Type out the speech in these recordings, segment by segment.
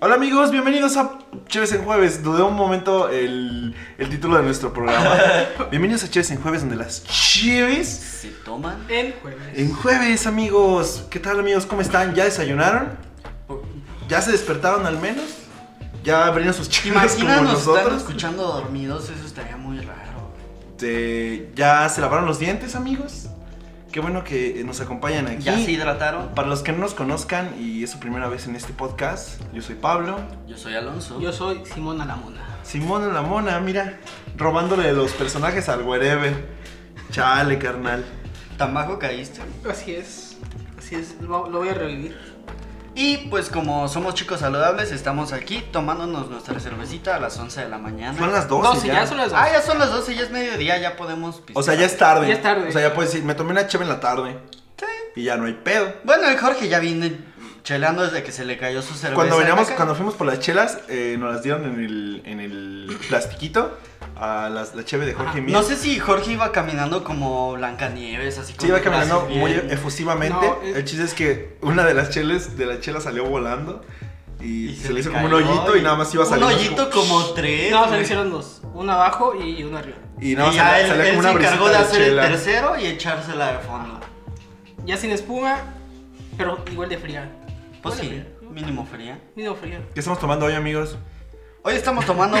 Hola amigos, bienvenidos a Chéves en Jueves. Dudé un momento el, el título de nuestro programa. bienvenidos a Chéves en Jueves, donde las chives ¿Se toman? En jueves. en jueves, amigos. ¿Qué tal, amigos? ¿Cómo están? ¿Ya desayunaron? ¿Ya se despertaron al menos? ¿Ya abrieron sus chives como Imagina nos están nosotros? escuchando dormidos, eso estaría muy raro. Este, ¿Ya se lavaron los dientes, amigos? Qué bueno que nos acompañan aquí. ¿Ya se hidrataron? Para los que no nos conozcan y es su primera vez en este podcast, yo soy Pablo. Yo soy Alonso. Yo soy Simona la Mona. Simón la mona, mira, robándole los personajes al Werebe. Chale, carnal. Tan bajo caíste. Así es. Así es. Lo, lo voy a revivir. Y pues como somos chicos saludables, estamos aquí tomándonos nuestra cervecita a las 11 de la mañana. Son las 12 12, ya. ya. son las 12. Ah, ya son las 12, ya es mediodía, ya podemos pistear. O sea, ya es tarde. Ya es tarde. O sea, ya puedes decir, me tomé una cheve en la tarde. Y ya no hay pedo. Bueno, el Jorge ya viene cheleando desde que se le cayó su cerveza. Cuando veníamos, Acá. cuando fuimos por las chelas, eh, nos las dieron en el, en el plastiquito a las- la cheve de Jorge y mía. Ah, No sé si Jorge iba caminando como Blancanieves, así como. Sí, iba caminando muy efusivamente. No, es- El chiste es que una de las chelas de la chela salió volando y, se, le hizo como un cayó hoyito y nada más iba saliendo. Un así hoyito como- como tres. No, se güey. le hicieron dos. Una abajo y una arriba. Y nada más y ya salía, él, salía él como se una brisita encargó de hacer chela. el tercero y echársela de fondo. Ya sin espuma, pero igual de fría. Pues Igual de sí, fría. mínimo fría. Mínimo fría. ¿Qué estamos tomando hoy, amigos? Hoy estamos tomando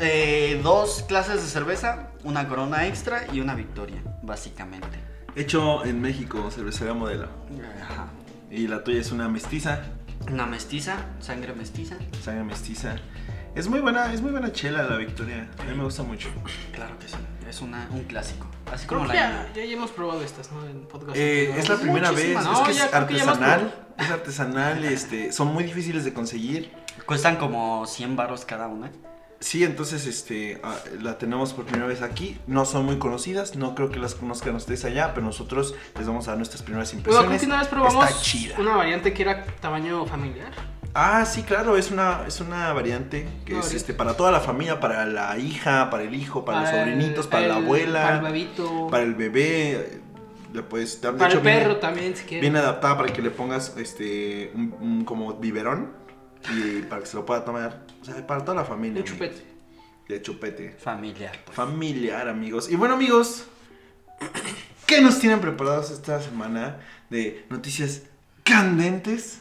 eh, dos clases de cerveza, una corona extra y una victoria, básicamente. Hecho en México, cervecería modelo. Ajá. Y la tuya es una mestiza, Una mestiza, sangre mestiza. sangre mestiza. Es muy buena, es muy buena chela la Victoria. A mí me gusta mucho. Claro que sí, es una, un clásico. Así Creo como que la ya, mía. ya hemos probado estas, ¿no? En podcast. Eh, anteriores. es la primera vez, Muchísimas. es No, que es ya creo que ya más artesanal, es artesanal, este, son muy difíciles de conseguir. Cuestan como 100 barros cada una. Sí, entonces este, ah, la tenemos por primera vez aquí. No son muy conocidas, no creo que las conozcan ustedes allá, pero nosotros les vamos a dar nuestras primeras Bueno, impresiones. creo que una vez Pues, probamos Está chida. una variante que era tamaño familiar. Ah, sí, claro, es una, es una variante que Una es variante. este, para toda la familia, para la hija, para el hijo, para, los el- sobrinitos, para la el- abuela, Para el bebito. para el bebé. eh, Le puedes dar, de para el hecho, viene- perro también, si quieres. Viene adaptada para que le pongas este un, un como biberón y para que se lo pueda tomar. O sea, para toda la familia. un amigos. chupete. De chupete. Familiar. pues. Familiar, amigos. Y bueno, amigos, ¿qué nos tienen preparados esta semana de noticias candentes?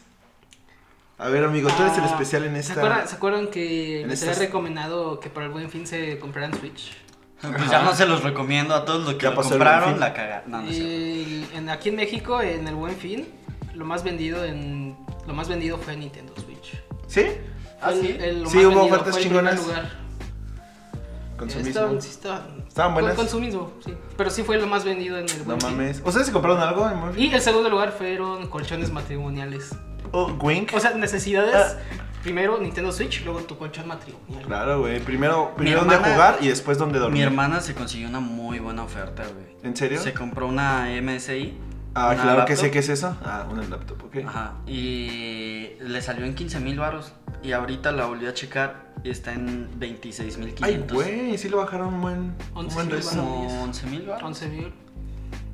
A ver, amigo, tú eres el Ah, especial en ¿Se esta. acuerdan, se acuerdan que en les estas- había recomendado que para el buen fin se compraran Switch? Pues ya no se los recomiendo a todos los que Ya lo pasó el buen compraron, fin. la cagaron. No, no es cierto. Y en- aquí en México, en el buen fin, lo más vendido en lo más vendido fue Nintendo Switch. ¿Sí? ¿Ah, Fue el- sí? el- lo Sí, más hubo vendido, ofertas fue el primer chingonas. lugar. Consumismo. Estaban- sí, estaban- Estaban buenas. Con, consumismo, sí. Pero sí fue lo más vendido en el No buen fin. mames. ¿Ustedes se compraron algo? en Murphy? Y el segundo lugar fueron colchones matrimoniales. Oh, Wink. O sea, necesidades. Primero Nintendo Switch, luego tu colchón matrimonial. Ah. Claro, güey. Primero, primero dónde hermana- jugar y después dónde Eh, dormir. Mi hermana se consiguió una muy buena oferta, güey. ¿En serio? Se compró una MSI. Ah, una claro que laptop. sé qué es eso. Ah, una laptop, ok. Ajá. Y le salió en 15 mil baros. Y ahorita la volví a checar y está en 26 mil Ay, 500. güey, sí le bajaron un buen, un Once buen mil resto. Como Baros. 11 mil baros. 11 mil.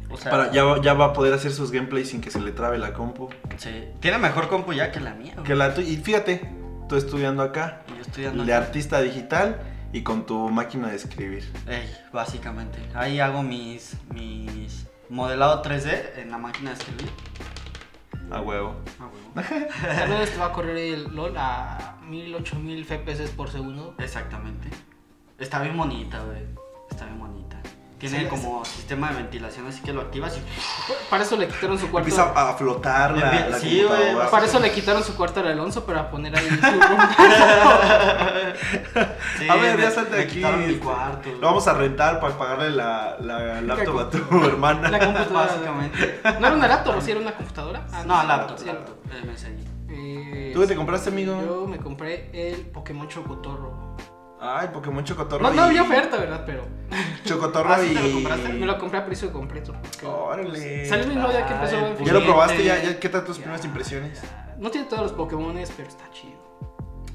O sea, Para, ya, va- ya va a poder hacer sus gameplays sin que se le trabe la compu. sí. Tiene mejor compu ya que la mía. güey. Que la tu- y fíjate, tú estudiando acá, Y Yo estoy dando. de artista digital y con tu máquina de escribir. Ey, básicamente. Ahí hago mis, mis modelado 3D en la máquina de escribir. A huevo. Ah, huevo. Saludos, te va a correr el LOL a 1000, 8000 FPS por segundo. Exactamente. Está bien bonita, güey. Está bien bonita. Tiene Sí, como sistema de ventilación, así que lo activas y. Para eso le quitaron su cuarto. Empieza a flotar la, la Sí, güey, computadora. Para eso le quitaron su cuarto al Alonso para poner ahí su Sí, a ver, me- ya salte me de aquí. quitaron mi este, cuarto. Lo vamos a rentar para pagarle la, la laptop a tu hermana. la computadora. Básicamente. No era una laptop, sí era una computadora. Ah, No, sí, laptop, sí, laptop. MSI. Eh, ¿Tú qué te compraste, amigo? Yo me compré el Pokémon Chocotorro. Ay, Pokémon Chocotorro. No, no y- había oferta, ¿verdad? Pero Chocotorro Ah, ¿sí te lo y- compraste? me lo compré a precio completo. Órale. Salió el mismo día que empezó. Ay, el ¿Ya lo fin. probaste? Siguiente. ¿Ya, ya, qué tal tus primeras impresiones? No tiene todos los Pokémones, pero está chido.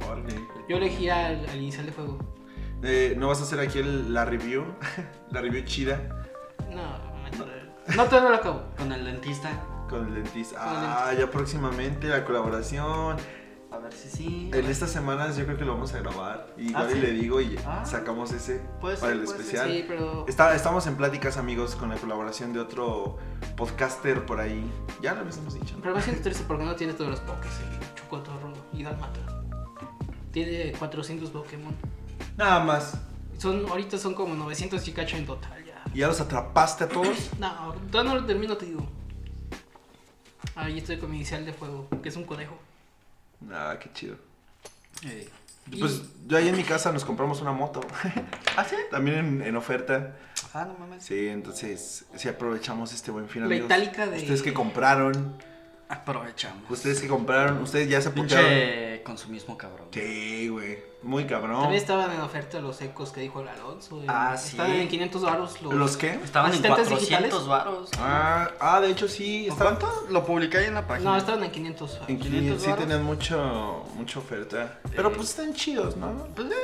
Órale. Yo elegí al, al inicial de juego. Eh, ¿No vas a hacer aquí el- la review? la review chida No, no, no todavía no lo acabo. Con el dentista. con el dentista. Con el Ah, ya próximamente la colaboración. A ver si sí. En estas semanas yo creo que lo vamos a grabar. Y igual Ah, y sí. le digo y Ah. sacamos ese Puede para ser, el puede ser, especial. Sí, pero. Está- estamos en pláticas, amigos, con la colaboración de otro podcaster por ahí. Ya lo habíamos dicho. ¿no? Pero me siento triste porque no tiene todos los pokés. El Chocotorro y Dalmata. Tiene 400 Pokémon. Nada más. Son, ahorita son como 900 Chicacho en total. Ya. ¿Ya los atrapaste a todos? No, todavía no lo termino, te digo. Ahí estoy con mi inicial de fuego, que es un conejo. Nada, qué chido. Eh, Y- Pues yo ahí en mi casa nos compramos una moto. ¿Ah, sí? También en, en oferta. Ah, no mames. Sí, entonces sí aprovechamos este buen fin, La amigos. itálica de- Ustedes que compraron, Aprovechamos. ustedes que compraron, ustedes ya se apuntaron. Pinche consumismo cabrón. Sí, güey. Muy cabrón. También estaban en oferta los ecos que dijo el Alonso. eh. Ah, Estaban sí. en 500 baros los. ¿Los qué? Estaban en ¿Asistentes 400 digitales? varos. Ah, ah, de hecho sí. ¿Por Estaban cuánto? Lo publiqué ahí en la página. No, estaban en 500 baros. En 500 sí varos. tenían mucho, mucha oferta. Pero Eh. pues están chidos, ¿no? Pues, eh,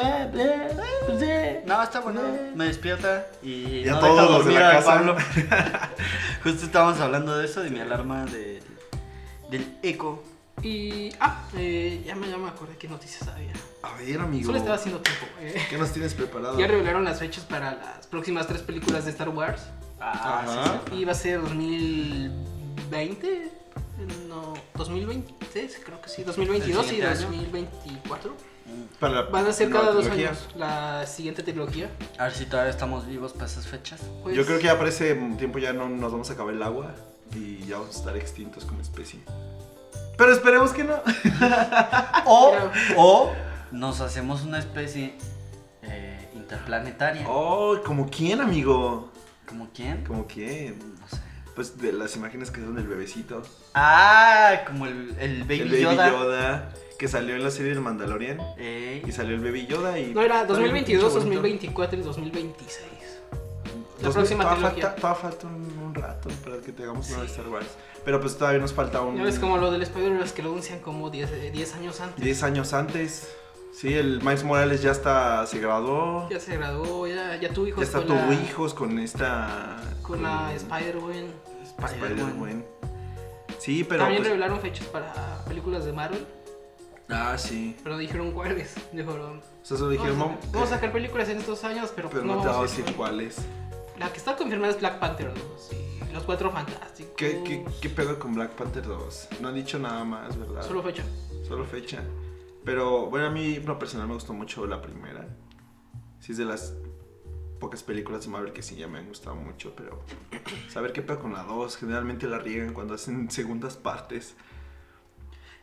Eh, eh, eh. No, está bueno. Eh. Me despierta y Y a no todos deja los de dormir la al casa. Pablo. Justo estábamos hablando de eso, de mi alarma de, del eco. Y. Ah, eh, ya, me, ya me acordé qué noticias había. A ver, amigo. Solo estaba haciendo tiempo. eh. ¿Qué nos tienes preparado? Ya revelaron las fechas para las próximas tres películas de Star Wars. Ah, Ajá. sí, sí. Y va a ser 2020. No, 2023, creo que sí. 2022 y siguiente año? 2024. Mm. Para Van a ser nueva cada dos trilogía. años la siguiente trilogía. A ver si todavía estamos vivos para esas fechas. Pues, Yo creo que ya para ese tiempo ya no nos vamos a acabar el agua y ya vamos a estar extintos como especie. Pero esperemos que no. O, Pero- o nos hacemos una especie eh, interplanetaria. Oh, ¿como quién, amigo? ¿Como quién? ¿Como quién? No sé. Pues de las imágenes que son del bebecito. Ah, como el, el Baby el Baby Yoda. Yoda. que salió en la serie del Mandalorian. Ey. Y salió el Baby Yoda y... No, era Está bien 2022, pinche bonito. 2024 y 2026. La Dos- próxima todavía trilogía. Falta, todavía falta un, un rato para que tengamos una de Star Wars. Pero pues todavía nos falta un... Ya ves como lo del Spider-Man que lo anuncian como 10 eh, 10 años antes. 10 años antes. Sí, el Miles Morales ya está... Se graduó. Ya se graduó, ya, ya tu hijo Ya está con tu la- hijos con esta... Con la Spider-Man. Spider-Man. Sí, pero... También pues- revelaron fechas para películas de Marvel, ah, sí. pero no dijeron cuáles. Dijeron, O sea, solo dijeron... vamos, a, "Mam, vamos a eh, sacar películas en estos años, pero, Pero no, te voy a vamos decir cuáles. La que está confirmada es Black Panther 2 y Los Cuatro Fantásticos. ¿Qué, qué, ¿Qué pedo con Black Panther 2? No han dicho nada más, ¿verdad? Solo fecha. Solo fecha. Pero bueno, a mí en lo personal me gustó mucho la primera. Sí, es de las pocas películas de Marvel que sí ya me han gustado mucho, pero saber qué pedo con la 2. Generalmente la riegan cuando hacen segundas partes.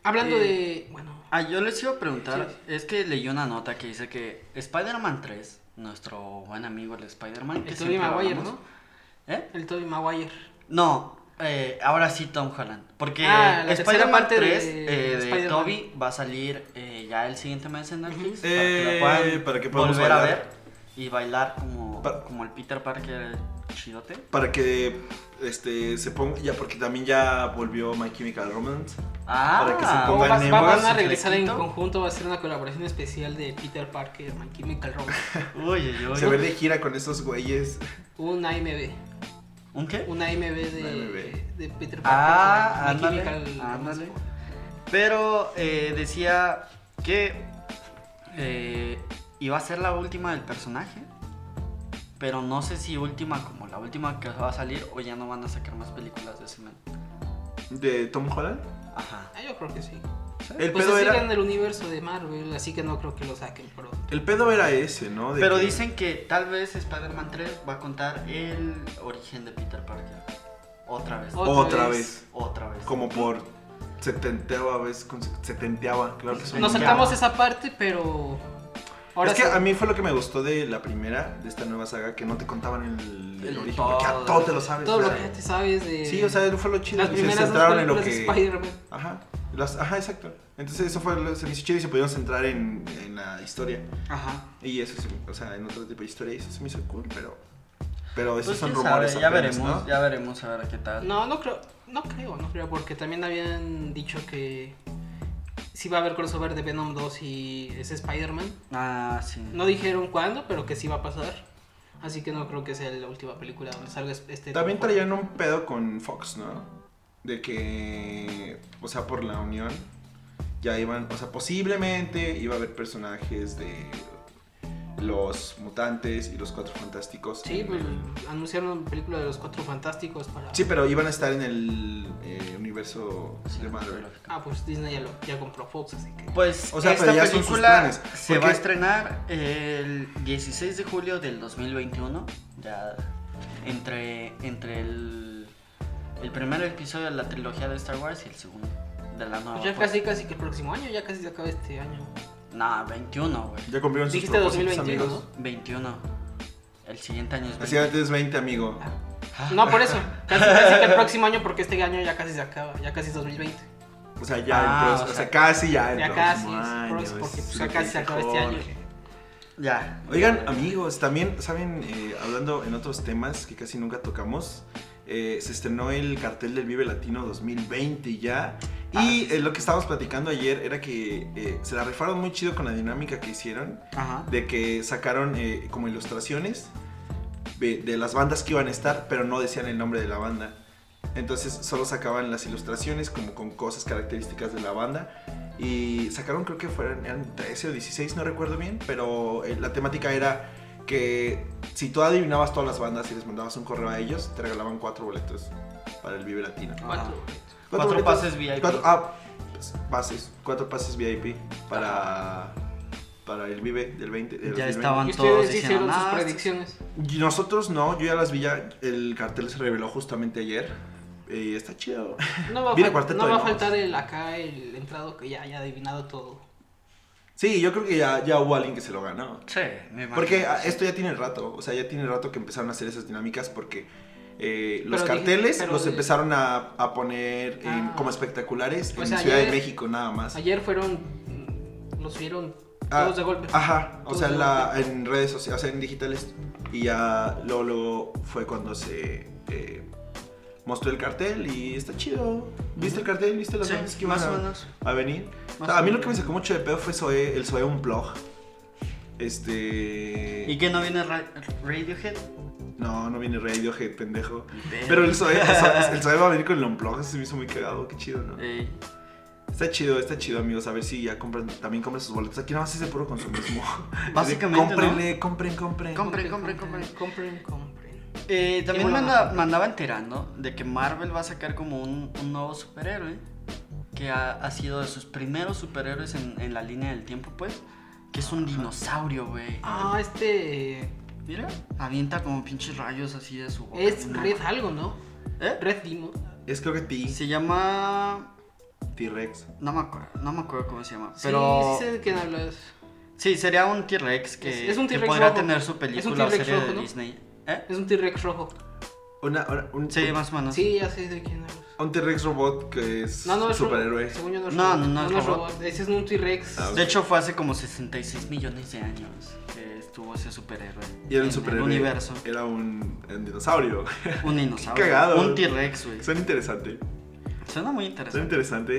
Hablando Eh, de... Bueno, Ah, yo les iba a preguntar, Sí, es que leí una nota que dice que Spider-Man 3, nuestro buen amigo el Spider-Man, que el Tobey siempre Maguire, hablamos- ¿no? ¿Eh? El Tobey Maguire. No, eh, ahora sí Tom Holland, porque Ah, la tercera Spider-Man parte 3 de eh, de, Spider-Man. Toby va a salir eh, ya el siguiente mes en Netflix, Ujú. para que la Eh, puedan para que podamos volver a bailar. ver y bailar como, Pa- como el Peter Parker chidote. Para que este, se ponga. Ya, porque también ya volvió My Chemical Romance. Ah, Para que se Como ponga- vas- Van va- Emos, van a regresar en Flequito. conjunto, va a ser una colaboración especial de Peter Parker, My Chemical Romance, Uy, uy, uy. Se ve de gira con esos güeyes. un AMB, ¿Un qué? un AMB de, Un AMB. de Peter Parker, Ah, con My ándale, Chemical Romance. ándale. Pero eh, decía que eh, iba a ser la última del personaje. Pero no sé si última como la última que va a salir o ya no van a sacar más películas de ese men. De Tom Holland. Ajá. Ah, yo creo que sí. El pues pedo se era. siguen el universo de Marvel, así que no creo que lo saquen pronto. El pedo era ese, ¿no? De Pero que- dicen que tal vez Spider-Man 3 va a contar el origen de Peter Parker. Otra vez. Otra Otra vez. vez. Otra vez. Como por setenteava vez, con- setenteava, claro que son Nos Ya. saltamos esa parte, pero. Ahora es que sí. a mí fue lo que me gustó de la primera, de esta nueva saga, que no te contaban el, el El origen, todo. porque a todo te lo sabes. Todo o lo sea, que ya te sabes de. Sí, o sea, eso fue lo chido. las y se primeras dos centraron en lo películas que... de Spider-Man. Ajá, las- ajá, exacto. Entonces eso fue lo se me hizo chido y se pudieron centrar en, en la historia. Ajá. Y eso, se- o sea, en otro tipo de historia, y eso se me hizo cool, pero... Pero esos Pues son quién rumores sabe, ya apenas, veremos, ¿no? ya veremos a ver qué tal. No, no creo. No creo, no creo, porque también habían dicho que. Sí va a haber crossover de Venom 2 y ese Spider-Man. Ah, sí. No dijeron cuándo, pero que sí va a pasar. Así que no creo que sea la última película donde salga este. También tipo. traían un pedo con Fox, ¿no? De que, o sea, por la unión, ya iban, o sea, posiblemente iba a haber personajes de los mutantes y los cuatro fantásticos. Sí, en pues el- anunciaron película de los cuatro fantásticos para. Sí, pero iban a estar en el eh, universo de Marvel. cinematográfica. Ah, pues Disney ya, lo, ya compró Fox, así que. Pues O sea, esta pero ya son sus película planes, se porque- va a estrenar el 16 de julio del 2021. Ya entre, entre el, el primer episodio de la trilogía de Star Wars y el segundo de la Ah, nueva. Pues ya pues. casi, casi que el próximo año, ya casi se acaba este año. No, 21, güey. Ya cumplieron sus Dijiste propósitos, 2021, amigos. 21. El siguiente año es Así 20. antes 20, amigo. Ah. Ah. No, por eso. Casi, casi que el próximo año, porque este año ya casi se acaba, ya casi es 2020. O sea, ya, Ah, el pros- o o sea, sea, casi ya. el Ya casi, próximo es año, próximo, es porque pues, lo ya que casi se dijo acaba este año. Jorge. Ya. Oigan, amigos, también, ¿saben? Eh, hablando en otros temas que casi nunca tocamos, eh, se estrenó el cartel del Vive Latino 2020 ya. Y Ah, sí, sí. eh, lo que estábamos platicando ayer era que eh, se la rifaron muy chido con la dinámica que hicieron, Ajá. de que sacaron eh, como ilustraciones de, de las bandas que iban a estar, pero no decían el nombre de la banda. Entonces solo sacaban las ilustraciones como con cosas características de la banda. Y sacaron creo que fueron eran 13 o 16, no recuerdo bien, pero eh, la temática era que si tú adivinabas todas las bandas y les mandabas un correo a ellos, te regalaban cuatro boletos para el Vive Latino. Cuatro. Cuatro boletos? pases VIP. Cuatro, ah, pues, pases, cuatro pases VIP para, para el Vive del 20. del Ya 2020. estaban Y todos ustedes diciendo hicieron sus nada. predicciones. Y Nosotros no, yo ya las vi ya, el cartel se reveló justamente ayer. Y está chido. No va a, Viene fal- Cuarteto no de va a Nos. faltar el acá el entrado que ya haya adivinado todo. Sí, yo creo que ya, ya hubo alguien que se lo ganó. Sí, me imagino. Porque ah, esto ya tiene rato, o sea, ya tiene rato que empezaron a hacer esas dinámicas porque eh, los Pero dije- carteles pero los de- empezaron a, a poner en- Ah. como espectaculares O en sea, Ciudad de ayer- México nada más. Ayer fueron. mm, Los vieron Ah, todos de golpe. Ajá, o Todos sea, de la- eh, golpe. en redes sociales, o sea, en digitales. Y ya luego, luego fue cuando se eh, mostró el cartel y está chido. ¿Viste el cartel? ¿Viste las Sí, bandas que iban más a- o menos. a venir. Más a mí o lo que me menos. sacó mucho de pedo fue Zoé- el Zoe un blog. Este. ¿Y que no viene Ra- Radiohead? No, no viene Radiohead, pendejo. Eh. Pero el Zoe, el Zoe- el Zoe va a venir con el Unplug, eso se me hizo muy cagado, qué chido, ¿no? Ey, Está chido, está chido, amigos. A ver si ya compran, también compran sus boletos. Aquí nada más es de puro consumismo. Básicamente, ¿no? Cómprenle, compren, compren. Com- compren, Compren, compren, compren, compren. eh, también me, Y bueno, anda- me andaba enterando de que Marvel va a sacar como un, un nuevo superhéroe que ha, ha sido de sus primeros superhéroes en, en la línea del tiempo, pues, que es un dinosaurio, güey. Ah, este. Mira, avienta como pinches rayos así de su boca. Es Una- Red algo, ¿no? ¿Eh? Red Dimo. Es creo que T- Se llama... T-Rex. No me acuerdo, no me acuerdo cómo se llama. Sí, Pero... sí sé de quién hablas. Sí, sería un T-Rex que, Es- es un que T-Rex podría rojo. tener su Es un película o T-Rex serie rojo, de ¿no? Disney. ¿Eh? Es un T-Rex rojo. Una, una- un, Sí, más Ah, o menos. Sí, ya sé de quién hablas. un T-Rex robot que es No, no es superhéroe. robot. Según yo no es No, robot. no, no es es robot. robot. Ese es un T-Rex. Ah, ok. De hecho, fue hace como 66 millones de años que estuvo ese superhéroe. Y era en un superhéroe. El universo. Era un, un dinosaurio. Un dinosaurio. Qué cagado. Un T-Rex, güey. Suena interesante. Suena muy Suena interesante.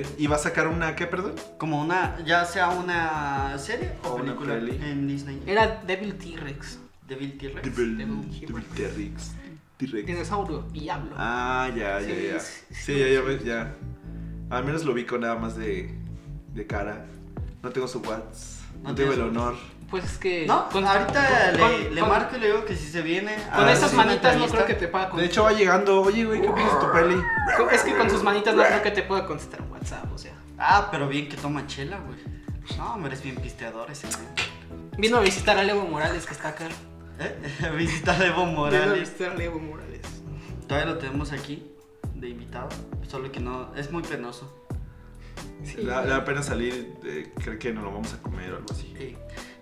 interesante. Y va a sacar una, ¿qué, perdón? Como una, ya sea una serie o, O una película peli. en Disney. Era Devil T-Rex. Devil T-Rex. Devil, Devil Devil T-Rex. T-Rex. T-Rex. Dinosaurio, diablo. Ah, ya, ya, Sí, ya. sí, Sí, ya, ya, ves, ya. Al menos lo ubico nada más de, de cara. No tengo su WhatsApp. No, No tengo el tienes- honor. Pues es que. No, con- ahorita con- le, con- le con- marco y le digo que si se viene. Ah, Con esas sí, manitas no creo que te pueda De contestar. hecho, va llegando. Oye, güey, ¿qué opinas de tu peli? Co- Es que con sus manitas no creo que te pueda contestar un WhatsApp, o sea. Ah, pero bien que toma chela, güey. No, hombre, es bien pisteador ese, güey. Vino a visitar a Levo Morales, que está acá. ¿Eh? Visita a Evo Vino a Morales. visitar a Levo Morales. Todavía lo tenemos aquí de invitado. Solo que no, es muy penoso. Le da le da pena salir. eh, cree que nos lo vamos a comer o algo así. Sí.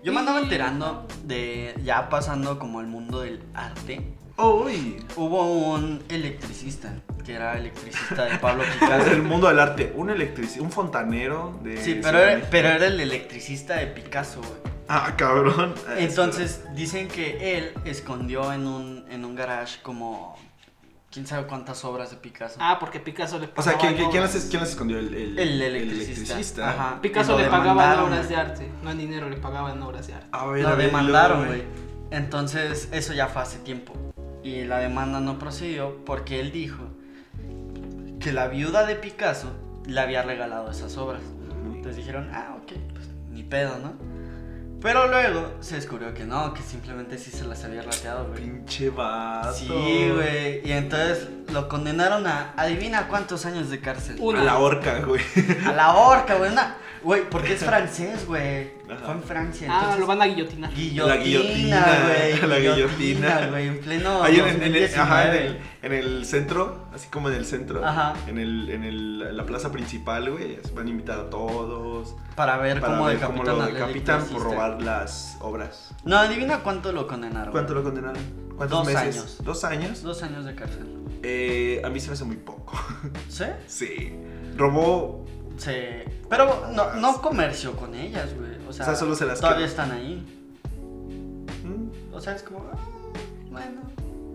Yo me andaba enterando de ya pasando como el mundo del arte. ¡Uy! Hubo un electricista que era electricista de Pablo El Picasso. mundo del arte. Un electricista, un fontanero de. Sí, Ciudad pero de era, México. pero era el electricista de Picasso, güey. Ah, cabrón. Entonces dicen que él escondió en un, en un garage como quién sabe cuántas obras de Picasso. Ah, porque Picasso le O sea, pagaba. ¿quién, quién, quién obras. las- quién las escondió? El, el- El el electricista. Ajá. Picasso Y lo le pagaban demandaron, obras güey. Ah, de arte. No en dinero, le pagaban obras de arte. A ver, a La ver, demandaron, luego, güey. Entonces, eso ya fue hace tiempo. Y la demanda no procedió porque él dijo que la viuda de Picasso le había regalado esas obras. Entonces dijeron, ah, ok, pues ni pedo, ¿no? Pero luego se descubrió que no, que simplemente sí se las había rateado, güey. Pinche vato. Sí, güey. Y entonces lo condenaron a, adivina cuántos años de cárcel. A la horca, güey. A la horca, güey. una- Güey, porque es francés, güey. Ajá. Fue en Francia. Ah, entonces- lo van a guillotinar. Guillotina, La guillotina, güey. la guillotina. güey. En pleno. Ahí en, en- en el, 2019. ajá, en, el, en el centro, así como en el centro, Ajá. en, el, en el- la plaza principal, güey, se van a invitar a todos Para ver para cómo ver cómo decapitan lo al Eric decapitan por Racista. robar las obras. No, adivina cuánto lo condenaron. ¿Cuánto Ah, güey. lo condenaron? ¿Cuántos Dos meses? años. ¿Dos años? Dos años de cárcel. Eh, a mí se me hace muy poco. ¿Sí? sí. Robó Sí. Pero no, no comercio con ellas, güey. O sea, O sea, solo se las todavía quedó. están ahí. mm, O sea, es como. ah, Bueno,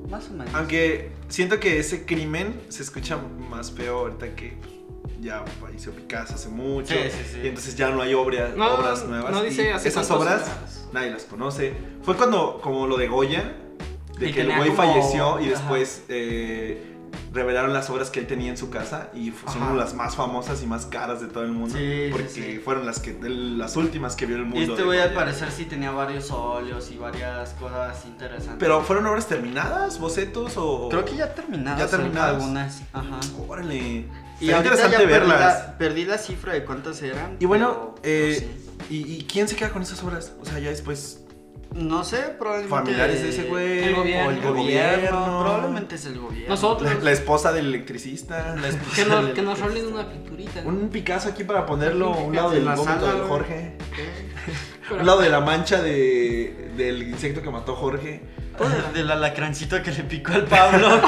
más o menos. Aunque siento que ese crimen se escucha más feo ahorita que ya pues, hizo Picasso hace mucho. Sí, sí, sí. Y entonces ya no hay obra- No, obras no, nuevas. no y dice hace esas cuántos obras años. nadie las conoce. Fue cuando, como lo de Goya, de Y que el tenía güey como- falleció y ajá. después eh, revelaron las obras que él tenía en su casa y fu- son Ajá. las más famosas y más caras de todo el mundo. Sí, sí, porque sí. fueron las, que, el- las últimas que vio el mundo. Y este de güey al Goya. parecer sí tenía varios óleos y varias cosas interesantes. Pero fueron obras terminadas, bocetos o. Creo que ya terminadas. Ya terminadas. Algunas. Ajá. Órale. Y Sería ahorita interesante ya perdí verlas. la- Perdí la cifra de cuántas eran. Y bueno, pero, eh, sí. ¿Y, y quién se queda con esas obras? O sea, ya después, No sé, probablemente. familiares de ese güey. el O gobierno. el gobierno. Probablemente es el gobierno. Nosotros. La, la esposa del electricista. La esposa Que nos, del que nos artista. rolen una pinturita. Un Picasso aquí para ponerlo a un lado En del la vómito sala, del güey. Jorge. ¿Qué? A Pero- Un lado de la mancha de, del insecto que mató Jorge. Pues, Del alacrancito que le picó al Pablo.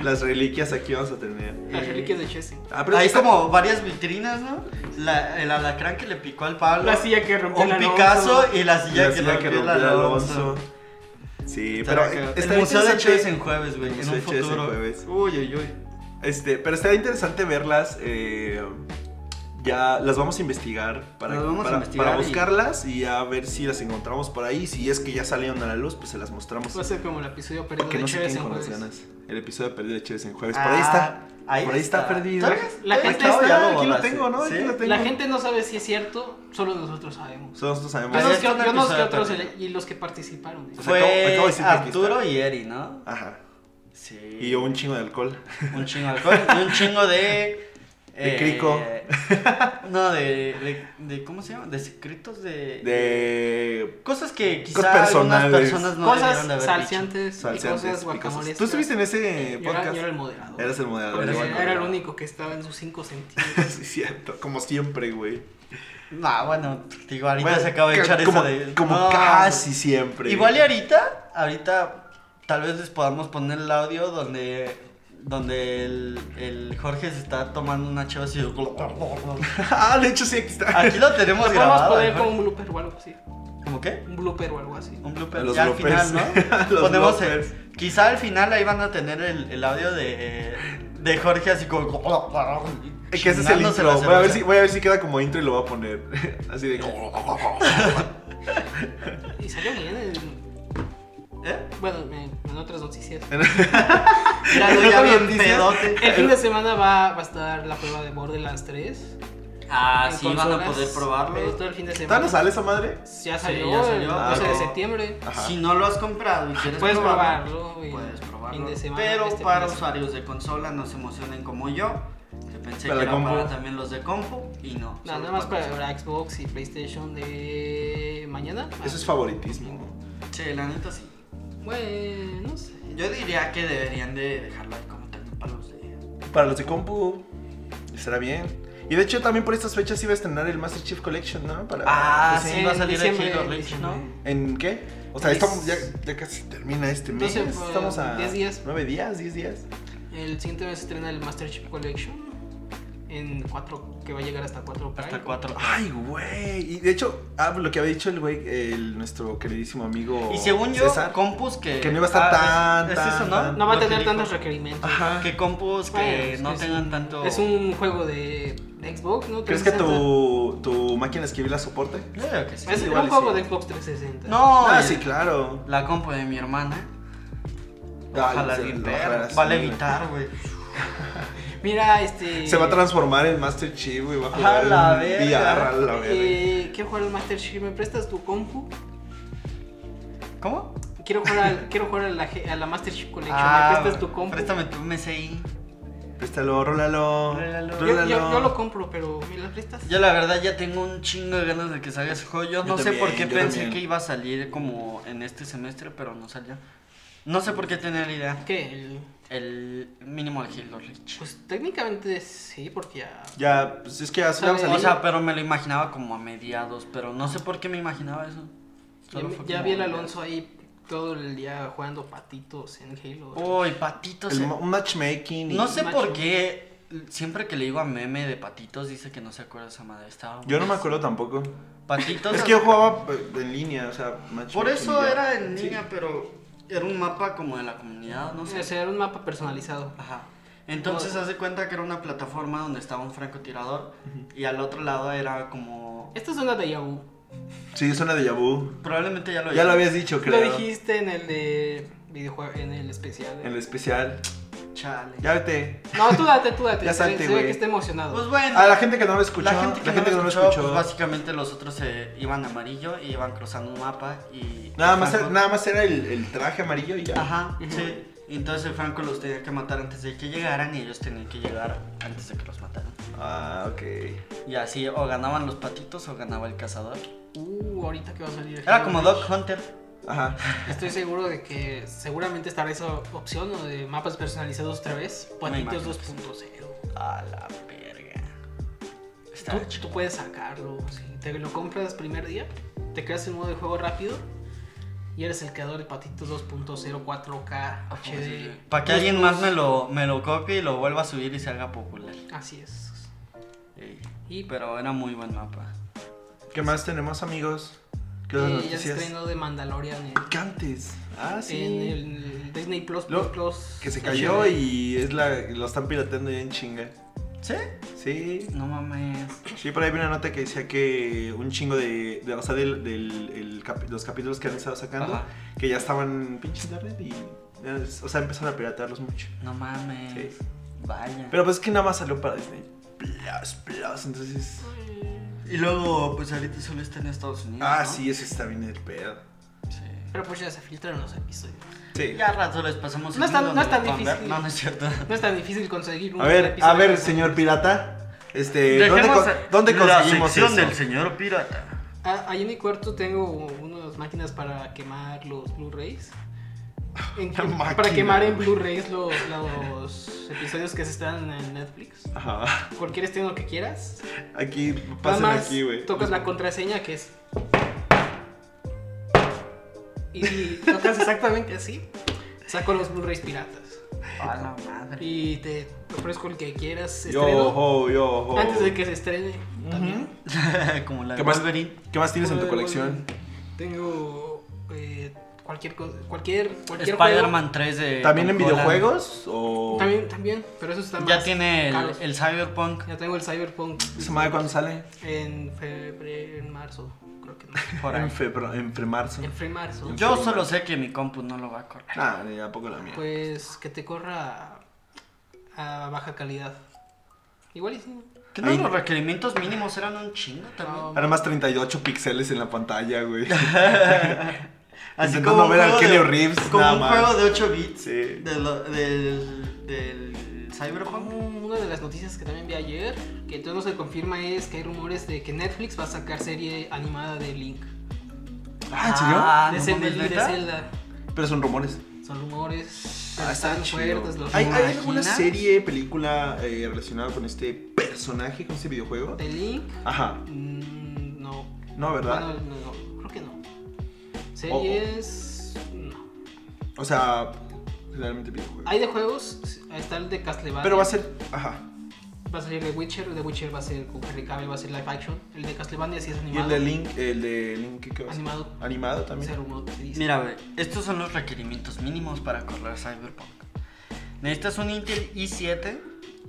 Las reliquias aquí vamos a tener. Las reliquias de Chessy. Ah, Hay esta- como varias vitrinas, ¿no? La- el alacrán que le picó al Pablo. La silla que rompió un el Alonso. Picasso y la silla la que, silla rompió el rompió el Alonso. Sí, Está pero que- eh, el está museo de interesante- Chess en jueves, güey. El En museo un de Chess en futuro. jueves. Uy, uy, uy. Este, pero estaría interesante verlas. eh, ya las vamos a investigar para, Las vamos a para, investigar para y- buscarlas y a ver si las encontramos por ahí. Si es que ya salieron a la luz, pues se las mostramos. Va a ser como el episodio perdido para que de no se Chessy. pues. queden en con las jueves. ganas. El episodio de Perdido de Chévez en jueves. Pues Ah. por ahí está. por ahí está, perdido. ¿Todavía- La todavía gente estaba, está, ya lo aquí lo borraste. tengo, ¿no? ¿Sí? Aquí lo tengo. La gente no sabe si es cierto, solo nosotros sabemos. Solo nosotros sabemos. Pero- Menos que, está un yo no sé que episodio otros perdido. ele- y los que participaron. O sea, Fue Pues acabo- acabo de decir que aquí Arturo y Eri, ¿no? Ajá. Sí. Y yo un chingo de alcohol. Un chingo de alcohol y un chingo de. eh, De crico. No, de, de, de- ¿Cómo se llama? De secretos de. De. Cosas que Cosas quizás algunas personales. personas no debieron de cosas haber salseantes, y salseantes, cosas picosas. guacamoles. Tú estuviste en ese yo era, podcast. yo era el moderador. Eras el moderador. Pero yo Era- me acuerdo. era el único que estaba en sus cinco sentidos. Sí, cierto. Como siempre, güey. dicho. No, bueno, digo, ahorita Bueno, se acaba de ca- echar como, esa de. Como No. casi siempre. Igual y ahorita, ahorita tal vez les podamos poner el audio donde donde el, el Jorge se está tomando una chava así. ah, de hecho sí, aquí está. Aquí lo tenemos Lo podemos grabado. poner ¿eh? como un blooper o algo así. ¿Cómo qué? Un blooper o algo así. Un blooper. Los ya al bloopers. final, ¿no? Los Ponemos el- bloopers. quizá al final ahí van a tener el, el audio de, de Jorge así como. Eh, Que ese es el chingándose intro. la Voy a, ver cerveza. si, voy a ver si queda como intro y lo voy a poner. Así de. Y salió bien. en- ¿Eh? bueno, en, en otras noticias. Ya lo ya bien pedote. El fin de semana va, va a estar la prueba de Borderlands 3. Ah, en sí, van a consolas. poder Eh, probarlo. Todo el fin de ¿Todavía semana. no sale esa madre? Sí, Ya salió, ya salió. el Ah, 12 de ok. septiembre. Ajá. Si no lo has comprado y quieres Puedes probarlo, probarlo. el puedes probarlo. fin de semana, pero este para fin de semana. usuarios de consola no se emocionen como yo, que pensé Para que era compu. para también los de compu y no. No, solo nada más para, consola. Xbox y PlayStation de mañana. Ah, Eso es favoritismo. ¿no? Sí, la neta sí. Bueno, no sé. Yo diría que deberían de dejarlo ahí como también para los de Para los de compu, estará bien. Y de hecho, también por estas fechas iba a estrenar el Master Chief Collection, ¿no? Para, Ah, pues, sí, en va a salir el diciembre, Halo Reach, ¿no? diciembre. ¿En qué? O sea, Es- estamos, ya, ya casi termina este mes. Entonces, pues, estamos a 10 días. 9 días, 10 días. El siguiente mes se estrena el Master Chief Collection en 4, que va a llegar hasta 4 hasta cuatro. Ay, güey. Y de hecho, ah, lo que había dicho el güey, el- nuestro queridísimo amigo. Y según yo, oh, César, compus que que no iba a estar Ah, tan, es- es tan, eso, ¿no? tan. No va a Lo que tener dijo. tantos requerimientos. Ajá. que compus que Bueno, es Ah, no que es- tengan tanto Es un juego de de Xbox, ¿no? ¿Crees que 360. tu, tu máquina de escribir la soporte? Yo creo que sí. Es igual y un juego sí. de Xbox 360. No, ah, el- sí, claro. la compu de mi hermana. Ah, Ojalá sí, bien ojalá perra. sí, Va a güey. levitar, güey. Mira, este. Se va a transformar en Master Chief y va a A jugar la en verga. VR, a la verga. eh, Quiero jugar al Master Chief. ¿Me prestas tu compu? ¿Cómo? Quiero jugar, al- quiero jugar a, la, G- a la Master Chief Collection. Ah, ¿Me prestas tu compu? Ah, Préstame tu MSI. Préstalo, rólalo. Rólalo. Yo, yo, yo lo compro, pero ¿me la prestas? Yo la verdad ya tengo un chingo de ganas de que salga ese juego. Yo, Yo no sé por qué también, yo pensé también. que iba a salir como en este semestre, pero no salió. No sé por qué tenía la idea. ¿Qué? El- El mínimo de Halo Reach. Pues técnicamente sí, porque ya. Ya, pues es que ya se va a Sabe- salir. O sea, pero me lo imaginaba como a mediados, pero no sé por qué me imaginaba eso. Ya, Solo fue ya como vi el una idea. Alonso ahí todo el día jugando patitos en Halo. Oh, Uy, patitos. El eh. ma- un matchmaking. y- No sé macho. por qué siempre que le digo a meme de patitos dice que no se acuerda esa madre. Yo Estaba no me buenísimo. acuerdo tampoco. Patitos. es que yo jugaba eh, en línea, o sea, matchmaking. Por eso ya. era en Sí. línea, pero era un mapa como de la comunidad, no sé. O sea, era un mapa personalizado. Ajá. Entonces No. haz de cuenta que era una plataforma donde estaba un francotirador y al otro lado era como... Esta es una de Yahoo. Sí, es una de Vu. Probablemente ya lo Ya lo había habías dicho, creo. Lo dijiste en el de videojuego, en el especial. En el especial. Chale. Ya vete. No, tú date, tú date. Ya se ve- salte, se ve güey. que está emocionado. Pues bueno. A la gente que no lo escuchó. la gente que, no, lo lo escuchó. pues, básicamente los otros se iban amarillo y iban cruzando un mapa y... nada, y más era, Franco- nada más era el, el traje amarillo y ya. Ajá, Ujú. sí. Y entonces el Franco los tenía que matar antes de que llegaran y ellos tenían que llegar antes de que los mataran. Ah, ok. Y así o ganaban los patitos o ganaba el cazador. Uh, ahorita que va a salir. Era Halo como Reach. Dog Hunter. Ajá. Estoy seguro de que seguramente estará esa opción ¿no? de mapas personalizados otra vez. imagino Patitos que sí. 2.0. A la verga. Está Tú, tú puedes sacarlo. Si te lo compras primer día, te creas el modo de juego rápido y eres el creador de Patitos 2.0 4K HD. Para que alguien más me lo, me lo copie y lo vuelva a subir y se haga popular. Así es. Ey. Y Pero era muy buen mapa. ¿Qué más tenemos, amigos? ¿Qué otras eh, ya se noticias? estrenó de Mandalorian en, ¿Qué antes? Ah, sí. en el Disney Plus. Lo- Plus Que se cayó y es la, lo están pirateando ya en chinga. ¿Sí? Sí. No mames. Sí, por ahí vi una nota que decía que un chingo de. de- o sea, del, del- el cap- los capítulos que han estado sacando, Ajá. que ya estaban pinche internet y. eh, O sea, empezaron a piratearlos mucho. No mames. Sí. Vaya. Pero pues es que nada más salió para Disney. Plus, plus, entonces. Eh, y luego, pues ahorita solo está en Estados Unidos. Ah, ¿no? sí, eso está bien el pedo. Sí. Pero pues ya se filtraron los episodios. Sí. Ya al rato les pasamos No el está- link donde no está lo puedan ver. difícil. No, no es cierto. No es tan difícil conseguir un A ver, episodio a ver, de- señor pirata. Este, ¿dónde, Dejemos con- ¿dónde la conseguimos sección eso? del señor pirata. Ah, ahí en mi cuarto tengo unas máquinas para quemar los Blu-rays. En- Una máquina, para quemar en güey. Blu-rays los, los episodios que se están en Netflix. Ajá. Cualquier estreno que quieras. Aquí, Nada pasen más aquí, güey. tocas la contraseña que es. Y si tocas exactamente así, saco los Blu-rays piratas. A la madre. Y te ofrezco el que quieras Yo, estreno. ho, yo, ho. Antes de que se estrene también. Como la ¿Qué de más? Wolverine. ¿Qué más tienes en tu Juego de colección? Wolverine. Tengo eh, cualquier cosa, cualquier, cualquier Spider-Man 3 de. ¿También Tom en Holland. videojuegos? ¿O.? juego. eh, También, también, pero eso está Ya más tiene el, caros. el Cyberpunk Ya tengo el Cyberpunk ¿Se madre cuándo sale? en febrero, en marzo, creo que no. por ahí. En febrero, en fe- marzo. En fe marzo. Yo solo sé que mi compu no lo va a correr. Ah, ni a poco la mía. Pues que te corra a baja calidad. Igual y sí. Que no, Ahí- los requerimientos mínimos eran un chingo también. No, Nada más 38 píxeles en la pantalla, güey. Así Intentando como un ver al juego Keanu de- Reeves, Como nada un más. juego de 8 bits. Sí. de lo- del, del Cyberpunk. Como Una de las noticias que también vi ayer, que entonces no se confirma, es que hay rumores de que Netflix va a sacar serie animada de Link. Ah, de, no Zelda, mames, de ¿neta? Zelda. ¿en serio? Pero son rumores. Son rumores. Ah, está están chido. fuertes los ¿Hay, rumores. ¿Hay alguna ¿Imaginas? serie, película eh, relacionada con este personaje, con este videojuego? ¿De Link? Ajá. Mm, no. No, ¿verdad? Bueno, no, creo que no. Series. No. O sea, realmente videojuego. Hay de juegos. ahí Está el de Castlevania. Pero va a ser. Ajá. Va a salir The Witcher. The Witcher va a ser con Henry Cavill, va a ser live action. El de Castlevania sí es Y animado. el de Link, el de Link, ¿qué va a ser? Animado. Animado también. Se rumor que se dice. Mira, ve, estos son los requerimientos mínimos para correr Cyberpunk. Necesitas un Intel i7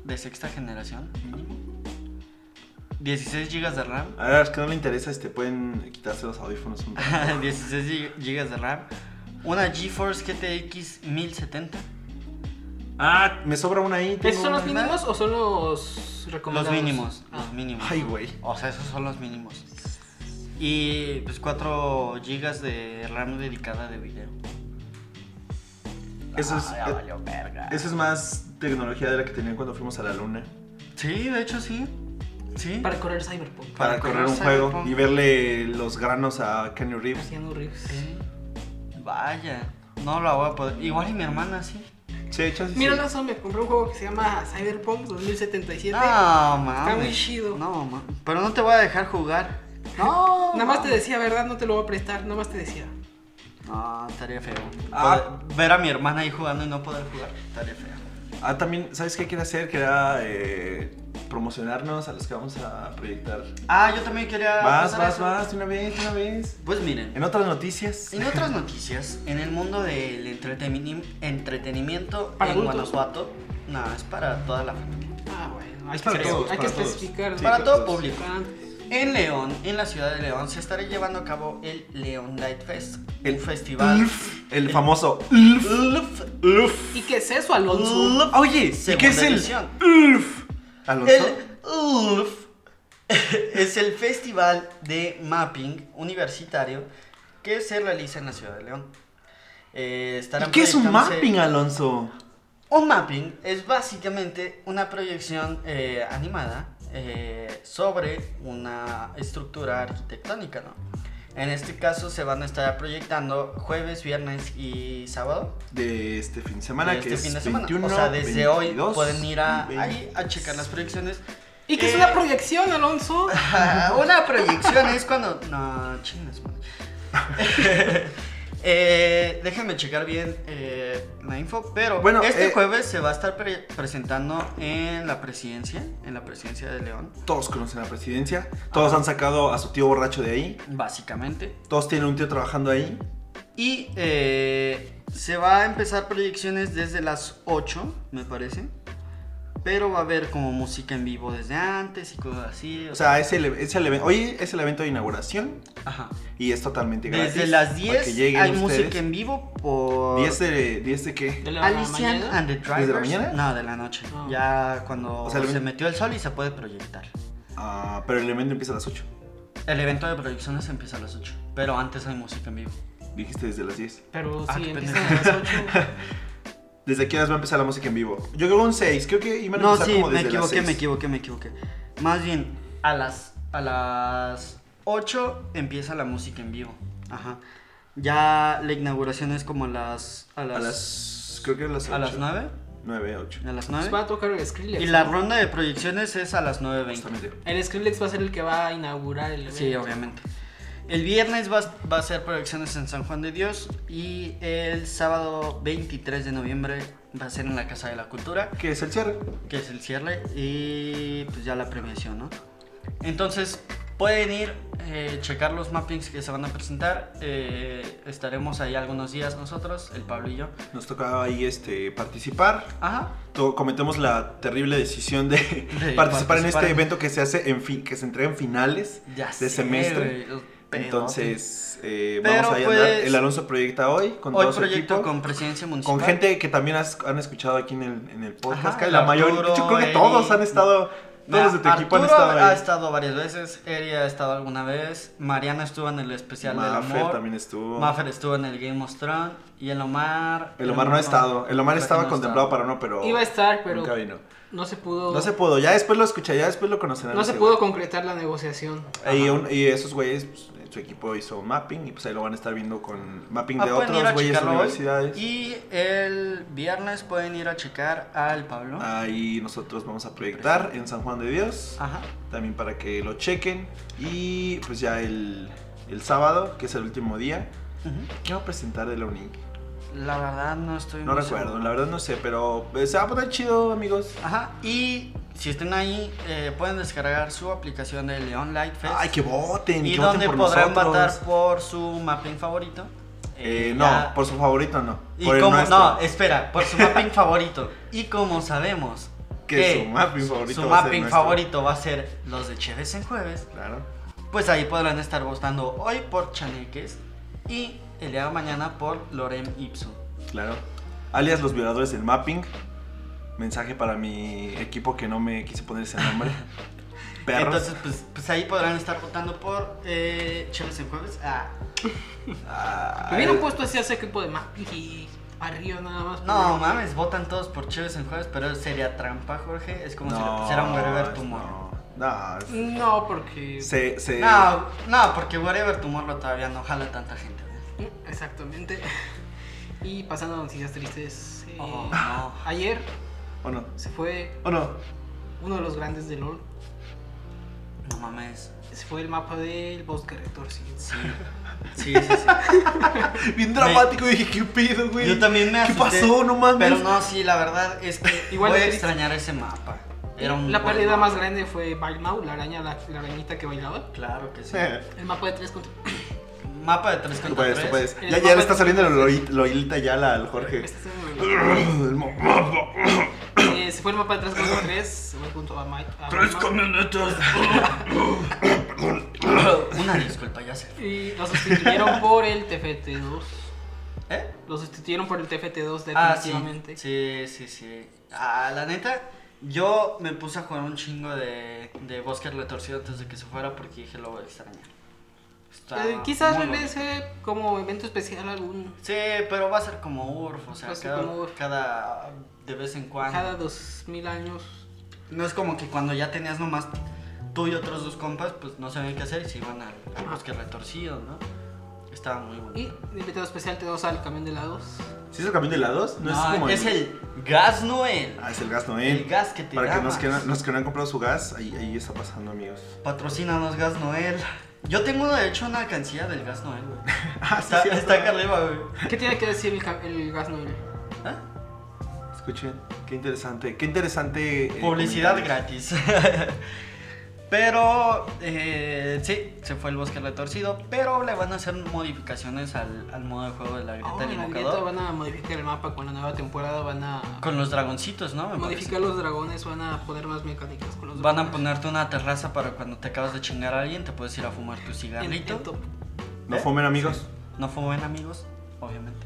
de sexta generación, mínimo. 16 GB de RAM. A ver, es que no le interesa, este, pueden quitarse los audífonos un rato. 16 GB de RAM. Una GeForce GTX 1070. Ah, me sobra una ahí. tengo ¿Esos son una los más. mínimos o son los Los recomendados? mínimos, Ah. los mínimos. Ay, güey. O sea, esos son los mínimos. Y pues 4 GB de RAM dedicada de video. Eso es- Ah, ya valió verga. Esa es más tecnología de la que tenían cuando fuimos a la luna. Sí, de hecho sí. Sí. Para correr Cyberpunk. Para, Para correr correr un juego Cyberpunk. y verle los granos a Kenny Reeves. Haciendo riffs. Sí. Vaya, no la voy a poder. Igual y mi hermana sí. Sí, chance sí. Mira, Lazo, me compré un juego que se llama Cyberpunk 2077. No, mames. Está muy chido. No, mames. Pero no te voy a dejar jugar. No. Nada más te mames. decía, ¿verdad? No te lo voy a prestar, nada más te decía. No, estaría feo. Ah. Poder- Ver a mi hermana ahí jugando y no poder jugar. Estaría feo. Ah, también, ¿sabes qué quería hacer? Quería eh, promocionarnos a los que vamos a proyectar. Ah, yo también quería. Vas, pasar vas, eso. vas, de una vez, de una vez. Pues miren. En otras noticias. En otras noticias, en el mundo del entreteni- entretenimiento Para en adultos. Guanajuato, no, es para toda la familia. Ah, bueno. Hay Es que, para espe- todos, hay que para todos. especificar. Sí, para para todo todos. público. Ah, En León, en la ciudad de León, se estará llevando a cabo el León Light Fest, el festival. Ulf, el famoso. Ulf. Ulf. ¿Y qué es eso, Alonso? Ulf. Oye, ¿y qué es Segunda el edición. Ulf? Alonso. El ULF es el festival de mapping universitario que se realiza en la ciudad de León. Eh, estarán ¿Y qué es un proyectándose- mapping, Alonso? Un mapping es básicamente una proyección eh, animada eh, sobre una estructura arquitectónica, ¿no? En este caso se van a estar proyectando jueves, viernes y sábado. De este fin de semana, de que Este es fin de semana. 21, o sea, desde hoy 22, pueden ir a, y ahí a checar las proyecciones. ¿Y qué es Eh, una proyección, Alonso? una proyección es cuando. No, chingas, madre. Eh, déjenme checar bien eh, la info, pero Bueno, bueno, este eh, jueves se va a estar pre- presentando en la presidencia, en la presidencia de León, Todos conocen la presidencia. Todos han sacado a su tío borracho de ahí. básicamente. Todos tienen un tío trabajando ahí. Y eh, se va a empezar proyecciones desde las 8, me parece, pero va a haber como música en vivo desde antes y cosas así. O sea, es el, es el evento. Hoy es el evento de inauguración ajá. y es totalmente gratis. Desde las para 10 que hay lleguen música ustedes. en vivo por... 10 de, 10 de qué? ¿De la Alician mañana? and the Drivers. ¿Desde la mañana? No, de la noche. Ah. Ya cuando O sea, el se evento- metió el sol y se puede proyectar. Ah, pero el evento empieza a las 8. El evento de proyecciones empieza a las 8, pero antes hay música en vivo. Dijiste desde las 10. Pero Ah, sí, qué empiezan a las 8. ¿Desde aquí horas va a empezar la música en vivo? Yo creo que un 6. Creo que iban a No, empezar sí, como me desde las equivoqué, 6. me equivoqué, me equivoqué. Más bien, a las, a las 8 empieza la música en vivo. Ajá. Ya la inauguración es como a las... A las, A las. Creo que a las 8. a las 9. 9, 8. A las Pues va 9. a tocar el Skrillex. Y la ¿no? ronda de proyecciones es a las 9.20. Justamente. El Skrillex va a ser el que va a inaugurar el evento. Sí, obviamente. El viernes va, va a ser proyecciones en San Juan de Dios y el sábado 23 de noviembre va a ser en la Casa de la Cultura, ¿Qué es el cierre? que es el cierre y pues ya la premiación, ¿no? Entonces pueden ir, eh, checar los mappings que se van a presentar. eh, estaremos ahí algunos días nosotros, el Pablo y yo. Nos tocaba ahí este, participar. Ajá. To- cometemos la terrible decisión de, participar, en participar este en- evento que se hace en fin, que se entrega en finales Ya de semestre. Entonces, eh, vamos Pero, ahí a pues, andar. El Alonso proyecta hoy con Hoy todo su proyecto equipo, con presidencia municipal. con gente que también has- han escuchado aquí en el, en el podcast. Ajá, que la mayoría, Arturo, yo creo que todos Eric. han estado, Mira, todos de tu equipo han Arturo estado ha ahí. estado varias veces, Eri ha estado alguna vez, Mariana estuvo en el especial del Maffer amor, también estuvo. Maffer estuvo en el Game of Thrones y el Omar... El Omar no ha estado. El Omar creo que estaba no contemplado estaba. para uno, pero Iba a estar, pero nunca vino. no se pudo. No se pudo. Ya después lo escuché, ya después lo conocerán. no se ese pudo güey. concretar la negociación. Y, un- y esos güeyes, pues, su equipo hizo un mapping y pues ahí lo van a estar viendo con mapping de Ah, pueden ir otros a güeyes de checarlo hoy. universidades. Y el viernes pueden ir a checar al Pablo. Ahí nosotros vamos a proyectar en San Juan de Dios, Ajá. también para que lo chequen. Y pues ya el, el sábado, que es el último día, Ujú. ¿qué va a presentar de la UNI? La verdad Pues, no estoy No muy recuerdo, seguro. la verdad no sé, pero eh, se va a poner chido, amigos. Ajá, y si estén ahí, eh, pueden descargar su aplicación de León Light Fest. Ay, que voten, y que voten donde por podrán nosotros. votar por su mapping favorito. Eh, Eh, no, ya- por su favorito no. Y por el como, nuestro. no, espera, por su mapping favorito. Y como sabemos Que su mapping favorito su va a ser mapping nuestro. favorito va a ser los de Cheves en jueves, Claro. pues ahí podrán estar votando hoy por Chaneques y el día de mañana por Lorem Ipsum. Claro. Alias los violadores del mapping. Mensaje para mi equipo que no me quise poner ese nombre. Perros. Entonces, pues, pues ahí podrán estar votando por eh, Cheves en Jueves. Ah, Ah, pues Me hubieran puesto así a ese equipo de más y arriba nada más. no pero- mames, votan todos por Cheves en Jueves, pero sería trampa, Jorge. Es como si le pusiera un Wherever Tumor. No. No, no, es- No, porque. se, se, no, porque Wherever Tumor todavía no jala tanta gente. güey. Exactamente. Y pasando a noticias tristes. eh, Oh, no. Ayer ¿O no? se fue ¿O no? uno de los grandes de LOL. No mames. Se fue el mapa del bosque retorcido. Sí. Sí, sí, sí. Bien dramático, dije, ¿qué pedo, güey? Yo también me ¿Qué asusté. pasó? No mames. Pero no, sí, la verdad es que Igual igual voy a es- extrañar ese mapa. Era un la buen pérdida mapa. más grande fue Bailmau, la araña, la, la arañita que bailaba. Claro que sí. Eh, El mapa de 3 contra. Mapa de 3 Tú contra puedes, 3. tú puedes. El Ya, mapa- ya le está saliendo la lori- lorita ya la- al Jorge. Este es el- El mo- mapa. eh, se fue el mapa de 3 contra 3. Se fue junto a Mike. a Tres Bailmau. camionetas. Una disculpa, ya sé. Y lo sustituyeron por el TFT2. ¿Eh? Lo sustituyeron por el TFT2 Ah, sí. definitivamente. Sí, sí, sí. Ah, la neta, yo me puse a jugar un chingo de, de Bosque Retorcido antes de que se fuera porque dije lo voy a extrañar. Está Eh, quizás muy regrese como evento especial algún bueno. Sí, pero va a ser como URF, o sea, Va a ser cada, como URF. cada- de vez en cuando. cada dos mil años. No es como que cuando ya tenías nomás tú y otros dos compas, pues no sabían qué hacer y se iban al, al Bosque Retorcido, ¿no? Estaba muy bueno. Y de invitado especial tenemos al camión de helados. ¿Sí es el camión de helados? No, es como el... gas Noel. Ah, es el gas Noel. El gas que te Para da que nos más. que, nos que no han comprado su gas, ahí, ahí está pasando, amigos. Patrocínanos Gas Noel. Yo tengo de hecho una cancilla del Gas Noel, güey. Ah, sí, Está, cierto. está acá arriba, güey. ¿Qué tiene que decir el, ca- el gas novel? ¿Ah? Escuchen, qué interesante, qué interesante. eh, Publicidad comentario. gratis. pero eh, sí, se fue el bosque retorcido. Pero le van a hacer modificaciones al, al modo de juego de la grieta Ahora del en la invocador. grieta Oh, van a modificar el mapa con la nueva temporada, van a Con los dragoncitos, ¿no? Me modificar parece. los dragones, van a poner más mecánicas con los Van a dragones. ponerte una terraza para cuando te acabas de chingar a alguien, te puedes ir a fumar tu En- en cigarrito. top. No fumen, amigos. No fue buen amigos, obviamente.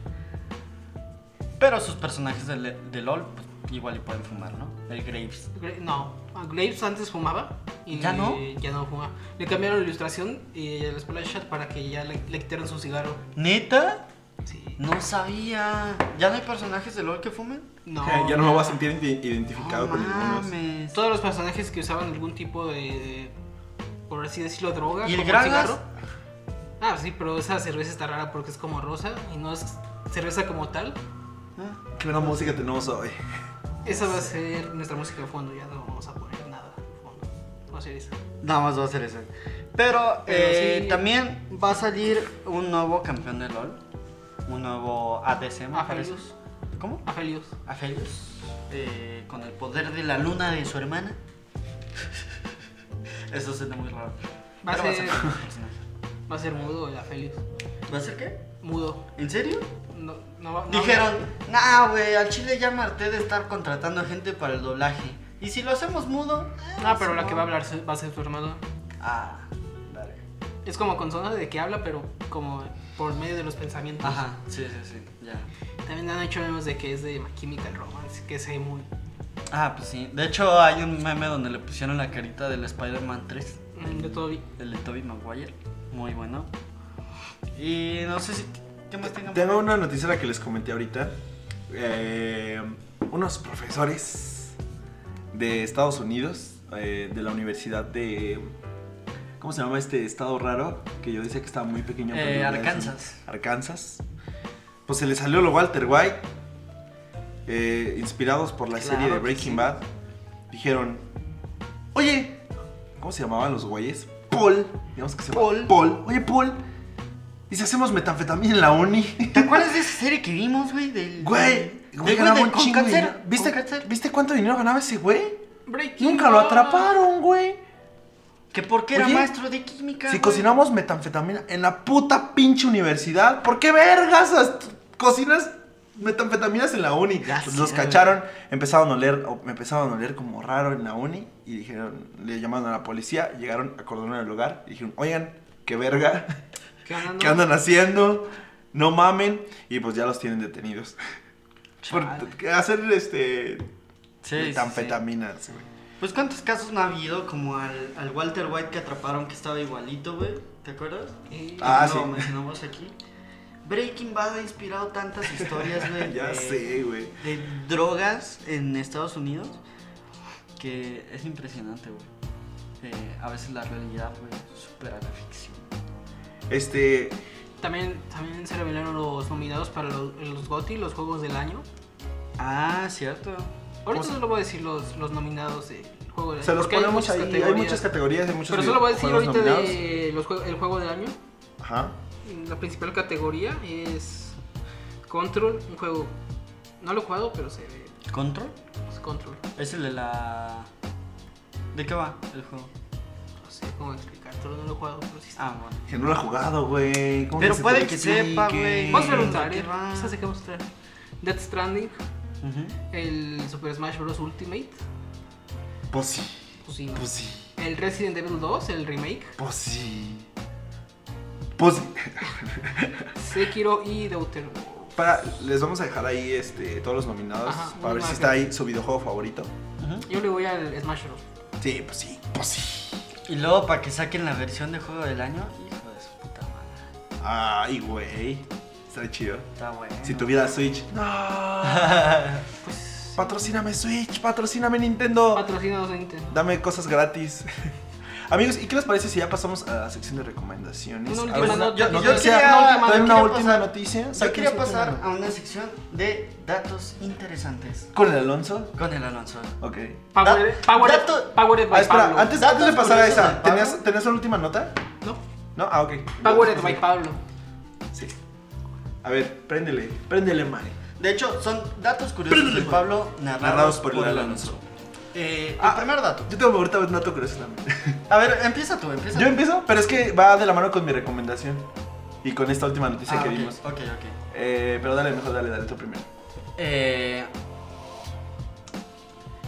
Pero sus personajes de, le- de LOL pues, igual y pueden fumar, ¿no? El Graves. Gra- No, a Graves antes fumaba y ¿Ya no? ya no fuma. Le cambiaron la ilustración y el splash shot para que ya le, le quitaron su cigarro. ¿Neta? Sí. No sabía. ¿Ya no hay personajes de LOL que fumen? No. ya no me voy a sentir ide- identificado No con ninguno. mames. Todos los personajes que usaban algún tipo de, de- por así decirlo, droga. ¿Y el como Gragas? cigarro. Ah, sí, pero esa cerveza está rara porque es como rosa y no es cerveza como tal. Ah, Qué buena música tenemos hoy. Esa va a ser nuestra música de fondo, ya no vamos a poner nada de fondo. Va a ser esa. Nada más va a ser eso. Pero, Pero eh, sí. también va a salir un nuevo campeón de LOL. Un nuevo ADC, me parece. Aphelios. ¿Cómo? Aphelios. Aphelios. eh, con el poder de la luna de su hermana. Eso suena muy raro. Va a Pero ser- un buen personaje. Va a ser mudo el Aphelios. ¿Va a ser qué? Mudo. ¿En serio? No, no, va- no- Dijeron, nah, güey, al chile ya me harté de estar contratando gente para el doblaje. Y si lo hacemos mudo. eh, Ah, pero sí, la que no". va a hablar se- va a ser su hermano. Ah, vale. Es como con sonas de que habla, pero como por medio de los pensamientos. Ah. Ajá, sí, sí, sí, ya. También han hecho memes de que es de My Chemical Romance, que es muy. Ah, pues sí. De hecho, hay un meme donde le pusieron la carita del Spider-Man 3. De todo vi- El de Tobey Maguire, muy bueno. Y no sé si. ¿Qué más tengo? Tengo una noticia la que les comenté ahorita. Eh, unos profesores de Estados Unidos, eh, de la Universidad de. ¿Cómo se llama este estado raro? Que yo decía que estaba muy pequeño. pero Eh, en realidad es un- Arkansas. Arkansas. Pues se le salió lo Walter White. eh, inspirados por la Claro serie de que Breaking sí. Bad. Dijeron: Oye, ¿cómo se llamaban los güeyes? Paul. Digamos que se llama Paul. Paul. Oye, Paul. ¿Y si hacemos metanfetamina en la uni? ¿Te acuerdas de esa serie que vimos, güey? Del, Güey, del- güey del ganaba del- un con chingo de cáncer, dinero. ¿Viste, con cáncer. ¿Viste cuánto dinero ganaba ese güey? Breaking Nunca lo Bad. atraparon, güey. Que porque era Oye, maestro de química. Si güey. cocinamos metanfetamina en la puta pinche universidad, ¿por qué vergas as- cocinas metanfetaminas en la uni? Ya Pues sé, los güey. cacharon, empezaron a oler, o- me empezaron a oler como raro en la uni y dijeron, le llamaron a la policía, llegaron, acordaron el lugar y dijeron, oigan, qué verga, ¿Qué andan? ¿qué andan haciendo? No mamen, y pues ya los tienen detenidos. Por Chale. t- hacer este Sí, sí, sí. metanfetaminas, güey. Pues cuántos casos no ha habido, como al, al Walter White que atraparon que estaba igualito, güey. ¿Te acuerdas? Eh, Ah, Lo sí. mencionamos aquí. Breaking Bad ha inspirado tantas historias, güey. Ya de- sé, güey. de drogas en Estados Unidos que es impresionante, güey. Eh, a veces la realidad, güey, supera la ficción. Este, También, también se revelaron los nominados para los, los GOTY, los Juegos del Año. Ah, cierto. Ahorita se- solo voy a decir los, los nominados del Juego del Año. se los porque hay ponemos muchas ahí. Hay categorías. muchas categorías, hay muchos Pero solo voy a decir videojuegos ahorita nominados. de los jue- el Juego del Año. Ajá. La principal categoría es Control, un juego... No lo he jugado, pero se ve... ¿Control? Es Control. Es el de la. ¿De qué va el juego? No sé cómo explicar, pero no lo he jugado. Pero sí está. Ah, bueno. Que no la ha jugado, güey. ¿Cómo Pero se te puede lo que sepa, explique? güey. Vamos a ver un- preguntar, ¿de ¿eh? qué va? Esa sí que vamos a traer. Death Stranding, Ujú. el Super Smash Bros. Ultimate. Pues sí, Pues sí, ¿no? pues sí, El Resident Evil 2, el remake. pues sí. Pues sí. Sekiro y The Outer Worlds. Para, les vamos a dejar ahí este, todos los nominados Ajá, para una ver si imagen. está ahí su videojuego favorito. Ujú. Yo le voy al Smash Bros. Sí, pues sí, pues sí. Y luego para que saquen la versión de juego del año, hijo de su puta madre. Ay, güey. Está chido. Está bueno. Si tuviera Switch. No. Pues Patrocíname Switch, patrocíname Nintendo. patrocinados de Nintendo. Dame cosas gratis. Amigos, ¿y qué les parece si ya pasamos a la sección de recomendaciones? Una A última ver, no- yo- no- yo no- quería sea- una última- traen yo una quería última pasar- noticia. Yo Saquen quería su pasar última a nota- una sección de datos interesantes ¿Con el Alonso? con el Alonso. Ok. Power, Power, dato- Powered by Ah, espera, Pablo. antes, antes de Datos pasar a curiosos de esa, ¿tenías, Pablo. ¿tenías una última nota? No, ¿No? Ah, ok. Powered by Pablo. Sí. A ver, préndele, préndele, Mari. De hecho, son datos curiosos de Pablo narrados, Narrados por el Alonso. Alonso. Eh, Ah. el primer dato. Yo tengo ahorita un dato curioso también. A ver, empieza tú, empieza Yo tú. empiezo, pero es que va de la mano con mi recomendación y con esta última noticia Ah, que ok, dimos. Ok, ok. Eh, pero dale, mejor dale, dale tú primero. Eh,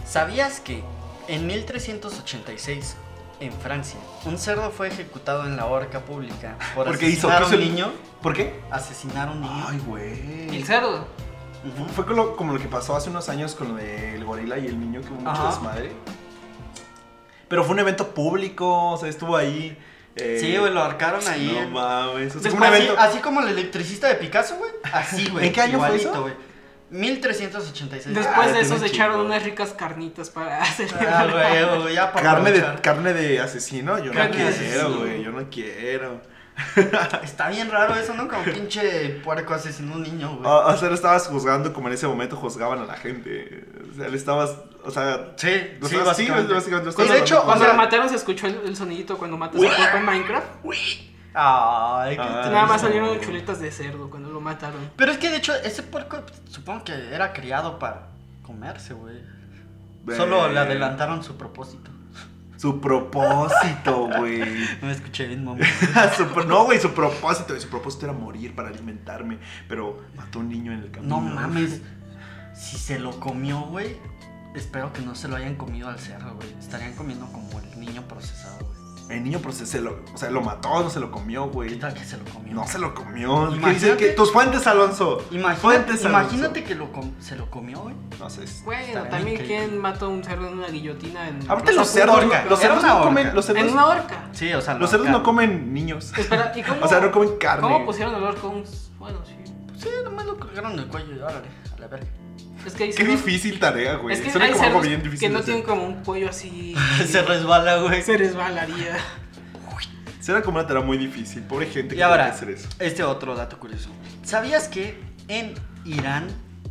¿Sabías que en 1386, en Francia, un cerdo fue ejecutado en la horca pública por ¿Por qué hizo? asesinar a ¿Puso un el- niño? ¿Por qué? Asesinar a un niño. Ay, güey. El cerdo. Ujú. Fue como lo, como lo que pasó hace unos años con lo del gorila y el niño que hubo mucho Ajá. desmadre. Pero fue un evento público, o sea, estuvo ahí. eh, Sí, güey, lo ahorcaron ahí. No en- mames, o sea, fue un Después, así, evento. así como el electricista de Picasso, güey. Así, güey. ¿En qué año fue igualito, eso? güey. 1386. Después ya de eso tiene se echaron chingo. unas ricas carnitas para hacer. Ah, güey, güey, ya para Carne de, aprovechar. carne de asesino, yo Carne de no asesino. quiero, güey, yo no quiero. Está bien raro eso, ¿no? Como pinche puerco asesinó a un niño, güey. Ah, O, o sea, lo estabas juzgando como en ese momento juzgaban a la gente. O sea, le estabas, o sea, sí, lo sí, estabas, sí, básicamente. pues básicamente, lo Pues, estabas de hecho, hablando Cuando como- lo mataron se escuchó el, el sonidito cuando matas a cuerpo en Minecraft. Ay, qué Ah, Nada más sí. salieron chuletas de cerdo cuando lo mataron. Pero es que de hecho, ese puerco pues, supongo que era criado para comerse, güey. Eh, Solo le adelantaron su propósito. Su propósito, güey. No me escuché bien, mamá. Su pro- no, güey, su propósito. güey, Su propósito era morir para alimentarme. Pero mató a un niño en el camino. No mames. Si se lo comió, güey. Espero que no se lo hayan comido al cerro, güey. Estarían comiendo como el niño procesado, güey. El niño procesó, se lo- o sea, lo mató, no se lo comió, ¿Qué güey. tal que se lo comió? No se lo comió. ¿Qué Imagínate- dice que tus fuentes, Alonso. Imagínate, fuentes, Alonso. imagínate que lo com- se lo comió, güey. No sé. es- Bueno, Estaría también increíble. quién mató a un cerdo en una guillotina en, Aparte O sea, los fue una cerdos, horca. los Era cerdos una Pues, no comen, horca. los cerdos, en una horca. Sí, o sea, lo los cerdos no ahorcaron. comen niños. Espera, ¿y cómo? O sea, no comen carne. ¿Cómo pusieron el orco? a un- Bueno, sí. Sí, nomás lo colgaron del cuello y órale, a la verga. Es que hay Qué cerdos- difícil tarea, güey. Es que Suena hay como algo cerdos bien que difícil. de no hacer. tienen como un cuello así. se resbala, güey. se resbalaría. Suena como una tarea muy difícil. Pobre gente Y que tiene ahora, que hacer eso. este otro dato curioso. ¿Sabías que en Irán,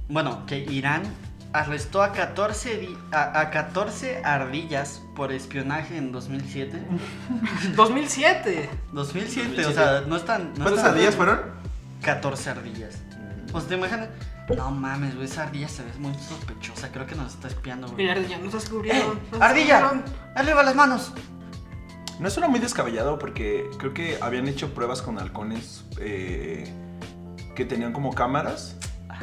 bueno, que Irán arrestó a 14, di- a, a 14 ardillas por espionaje en 2007? 2007. 2007, o sea, no están... No ¿Cuántas están- ardillas fueron? 14 ardillas. Pues te imaginas... No mames, güey, esa ardilla se ve muy sospechosa. Creo que nos está espiando, Y güey. la ardilla, nos ¡Eh! descubrieron. nos ¡Ardilla! descubrieron. ¡Arriba las manos! No suena muy descabellado porque creo que habían hecho pruebas con halcones eh, que tenían como cámaras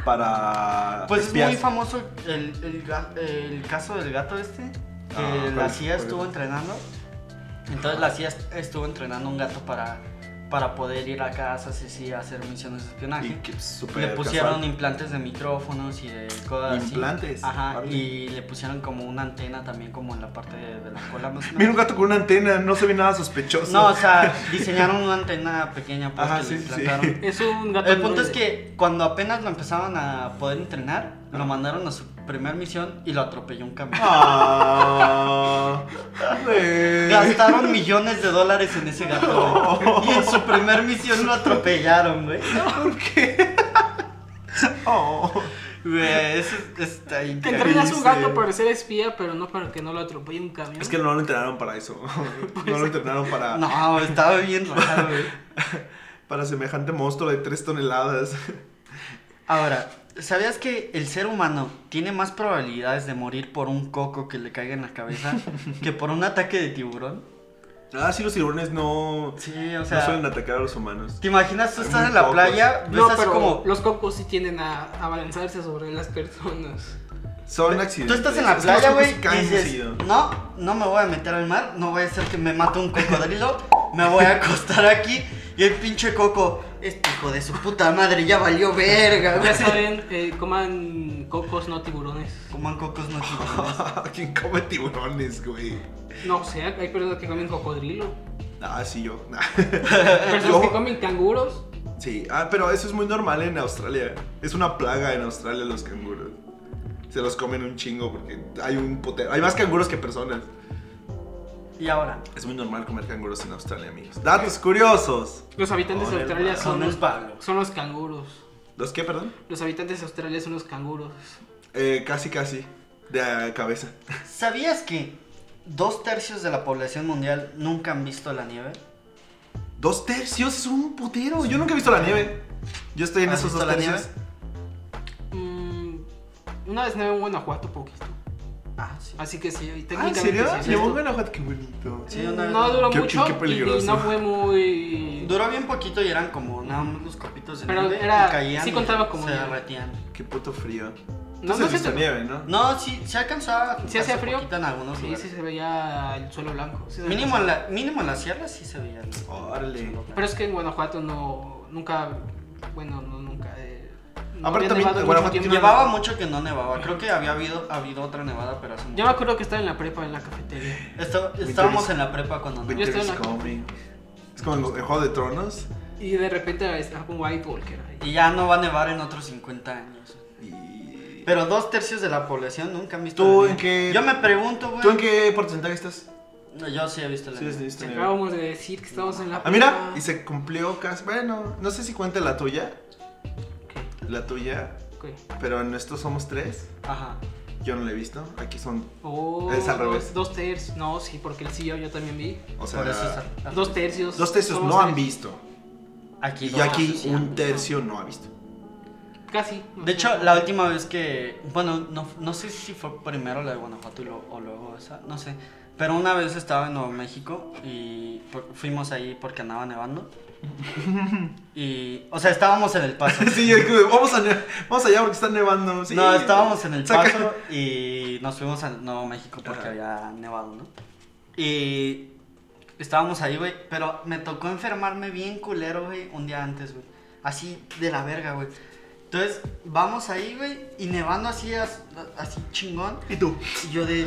para. Pues es espías. muy famoso el, el ga- el caso del gato este, que Ah, ¿cuál la es? CIA ¿Cuál estuvo es? entrenando. Entonces la CIA est- estuvo entrenando un gato para para poder ir a casas y sí, hacer misiones de espionaje. Y que super Le pusieron casual. implantes de micrófonos y de cosas así. Implantes, Ajá, órale. y le pusieron como una antena también como en la parte de, de la cola más o menos. Mira un gato con una antena, no se ve nada sospechoso. No, o sea, diseñaron una antena pequeña pues Ajá, que le sí, sí. implantaron. Es un gato. El punto es androide. que cuando apenas lo empezaban a poder entrenar, lo Ajá. mandaron a su primer misión y lo atropelló un camión. Ah, güey. Gastaron millones de dólares en ese gato. güey. Y en su primer misión lo atropellaron, güey. Oh. Güey, eso está Te increíble. entrenas un gato Dice- para ser espía, pero no para que no lo atropelle un camión. este, Es que no lo entrenaron para eso. No lo entrenaron para, No, estaba bien raro, güey. para semejante monstruo de 3 toneladas. Ahora, ¿sabías que el ser humano tiene más probabilidades de morir por un coco que le caiga en la cabeza que por un ataque de tiburón? Ah, sí, los tiburones no, Sí, o sea. no suelen atacar a los humanos. ¿Te imaginas tú Hay estás muy en la pocos. playa, ves No, así pero como los cocos sí tienden a a abalanzarse sobre las personas. Son accidentes. Tú estás en la Es que los playa, güey, cocos y caen dices, seguido. no, no me voy a meter al mar, no voy a hacer que me mate un cocodrilo, me voy a acostar aquí y el pinche coco, este hijo de su puta madre, ya valió verga, Ya güey. saben, eh, coman cocos, no tiburones. Coman cocos no tiburones. ¿Quién come tiburones, güey? No, o sea, hay personas que comen cocodrilo. Ah, sí, yo. Nah. Personas Yo- que comen canguros. Sí, ah, pero eso es muy normal en Australia. Es una plaga en Australia los canguros. Se los comen un chingo porque hay un potero. Hay más canguros que personas. Y ahora, Es muy normal comer canguros en Australia, amigos. Datos curiosos. Los habitantes de Con el Australia mar- son con el los, Pablo. son los canguros. ¿Los qué, perdón? Los habitantes de Australia son los canguros. Eh, casi, casi. De eh, cabeza. ¿Sabías que dos tercios de la población mundial nunca han visto la nieve? Dos tercios es un putero. Yo nunca he visto la nieve. Yo estoy en ¿Has esos visto dos la tercios. Ah, Mm, una vez nevé en Guanajuato poquito. Ah, sí. Así que sí, y Ah, ¿En técnicamente serio? sí, sí, Llevó un esto- Guanajuato, qué bonito. Sí, una vez No no. duró Qué- mucho qué peligroso. y no fue muy... Duró bien poquito y eran como nada más unos copitos de Pero nieve era- y caían sí y contaba como se nieve. derretían. Qué puto frío. No, No, no has visto se- nieve, ¿no? No, sí, se alcanzaba a Sí hacía juntarse frío. poquito en algunos Sí, lugares. sí se veía el suelo blanco. sí se veía Mínimo el en, la, mínimo en la sierra sí se veía. ¿no? Órale. Pero es que en Guanajuato no. Nunca. Bueno, no, nunca. eh, no Aparte había también, nevado en Guanajuato mucho tiempo. tiene- Llevaba mucho que no nevaba. Creo que había habido, habido otra nevada, pero hace Yo mucho. me acuerdo que estaba en la prepa, en la cafetería. Esta- estábamos en la prepa cuando nevaba. Winter estoy is en la- coming. Es como en el Juego de Tronos. Y de repente estaba un White Walker ahí. Y ya no va a nevar en otros 50 años. Y... Pero dos tercios de la población nunca han visto ¿Tú la en nieve. qué- Yo me pregunto, güey. ¿Tú en qué porcentaje estás? No, yo sí he visto la Sí, sí, nieve. sí, nieve. Acabamos de decir que estábamos en la Ah, mira, y se cumplió casi. Bueno, no sé si cuenta la tuya. Ok, La tuya. ok. Pero en estos somos tres. Ajá. Yo no la he visto. Aquí son. Oh, Es al dos- revés. Dos tercios. No, sí, porque el CEO yo también vi. O sea, Por eso está- Dos tercios. Ah. dos tercios somos no han tres. visto. Aquí Y dos aquí tercios sí han un visto. tercio no ha visto. Casi. De hecho, la última vez que. Bueno, no, no sé si fue primero la de Guanajuato y lo- o luego esa, no sé. Pero una vez estaba en Nuevo México y fu- fuimos ahí porque andaba nevando. Y. O sea, estábamos en el paso. Sí, yo dije, vamos, a ne- vamos allá porque está nevando. sí. No, estábamos en el Saca- paso y nos fuimos a Nuevo México porque Ajá. había nevado, ¿no? Y estábamos ahí, güey, pero me tocó enfermarme bien culero, güey, un día antes, güey. Así de la verga, güey. Entonces, vamos ahí, güey, y nevando así, as- así chingón. ¿Y tú? Y yo de,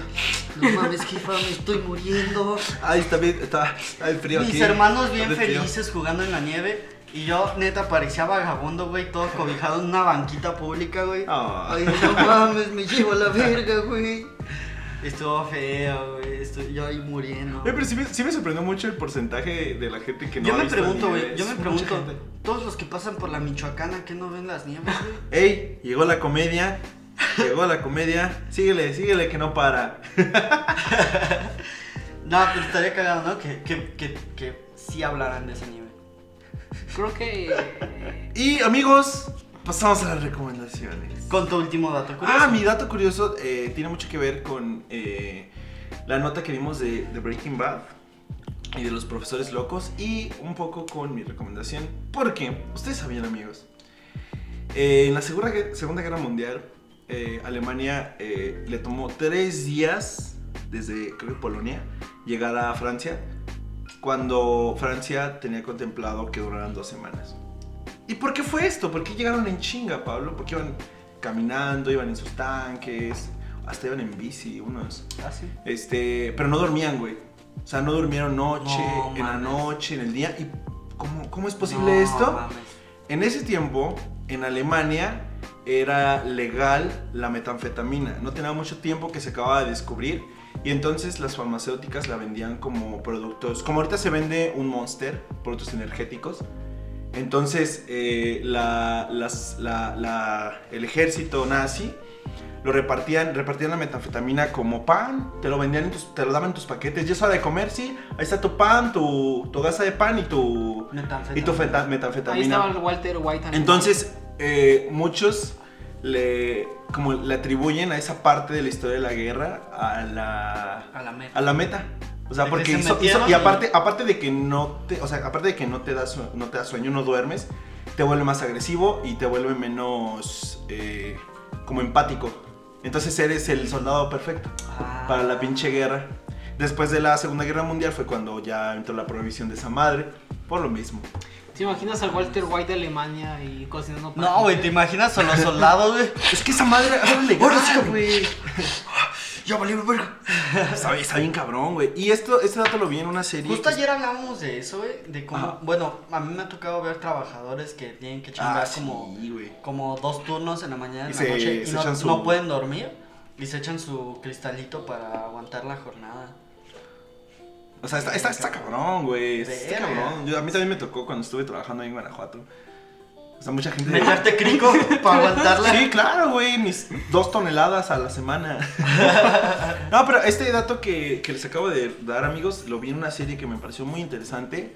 no mames, jefa, me estoy muriendo. Ay, está bien, está, está el frío Mis aquí. hermanos bien Está el frío. felices jugando en la nieve. Y yo, neta, parecía vagabundo, güey, todo cobijado en una banquita pública, güey. Ah. Ay, no mames, me llevo a la verga, güey. Estuvo feo, güey. Estuve yo ahí muriendo. Oye, pero sí me, sí me sorprendió mucho el porcentaje de la gente que no yo ha me visto pregunto, nieve. güey, yo me Es mucha pregunto, gente. todos los que pasan por la Michoacana, ¿qué no ven las nieves, güey? Ey, llegó la comedia. Llegó la comedia. Síguele, síguele que no para. No, pero estaría cagado, ¿no? Que, que, que, que sí hablaran de esa nieve. Creo que. eh, Y amigos, pasamos a las recomendaciones. Con tu último dato curioso. Ah, mi dato curioso eh, tiene mucho que ver con eh, la nota que vimos de, de Breaking Bad y de los profesores locos y un poco con mi recomendación. Porque, ustedes sabían amigos, eh, en la Segura Gue- Segunda Guerra Mundial, eh, Alemania eh, le tomó tres días desde, creo que Polonia, llegar a Francia cuando Francia tenía contemplado que duraran dos semanas. ¿Y por qué fue esto? ¿Por qué llegaron en chinga, Pablo? Porque iban caminando, iban en sus tanques, hasta iban en bici, unos. Ah, sí. Este, pero no dormían, güey. O sea, no durmieron noche, No, en la mames. noche, en el día. ¿Y cómo, cómo es posible No, esto? mames. En ese tiempo, en Alemania, era legal la metanfetamina. No tenía mucho tiempo que se acababa de descubrir. Y entonces las farmacéuticas la vendían como productos. Como ahorita se vende un monster, productos energéticos. Entonces, eh, la- las- la- la- el ejército nazi lo repartían, repartían la metanfetamina como pan, te lo vendían, en tus- te lo daban en tus paquetes. Ya es hora de comer, sí. Ahí está tu pan, tu, tu gasa de pan y tu, Metanfetamina. y tu feta- Ahí metanfetamina. estaba el Walter White. también. Entonces, eh, muchos le, como le atribuyen a esa parte de la historia de la guerra a la, A la meta. a la meta. O sea, De que porque se hizo, metieron hizo- y y- aparte, aparte de que no te, o sea, aparte de que no te da sue- no te da sueño, no duermes, te vuelve más agresivo y te vuelve menos eh, como empático. Entonces eres el soldado perfecto Ah. para la pinche guerra. Después de la Segunda Guerra Mundial fue cuando ya entró la prohibición de esa madre, por lo mismo. ¿Te imaginas al Walter White de Alemania y cocinando pan? No, güey, ¿te imaginas a los soldados, güey? Es que esa madre era legal, Ahora sí, cabrón. Ah, güey. Ya valió verga. Está, bien- está bien cabrón, güey. Y esto, este dato lo vi en una serie. Justo que- ayer hablamos de eso, güey, de cómo, pues. Ajá. bueno, a mí me ha tocado ver trabajadores que tienen que Ah, chambear sí, como, güey. como dos turnos en la mañana y Y en se- la noche y se no, echan su- no pueden dormir y se echan su cristalito para aguantar la jornada. O sea, está, está, está cabrón, güey. Está Verga. cabrón. Yo- a mí también me tocó cuando estuve trabajando ahí en Guanajuato. O sea, mucha gente. Meterte crico para aguantarla. Sí, claro, güey. Mis dos toneladas a la semana. No, pero este dato que, que les acabo de dar, amigos, lo vi en una serie que me pareció muy interesante.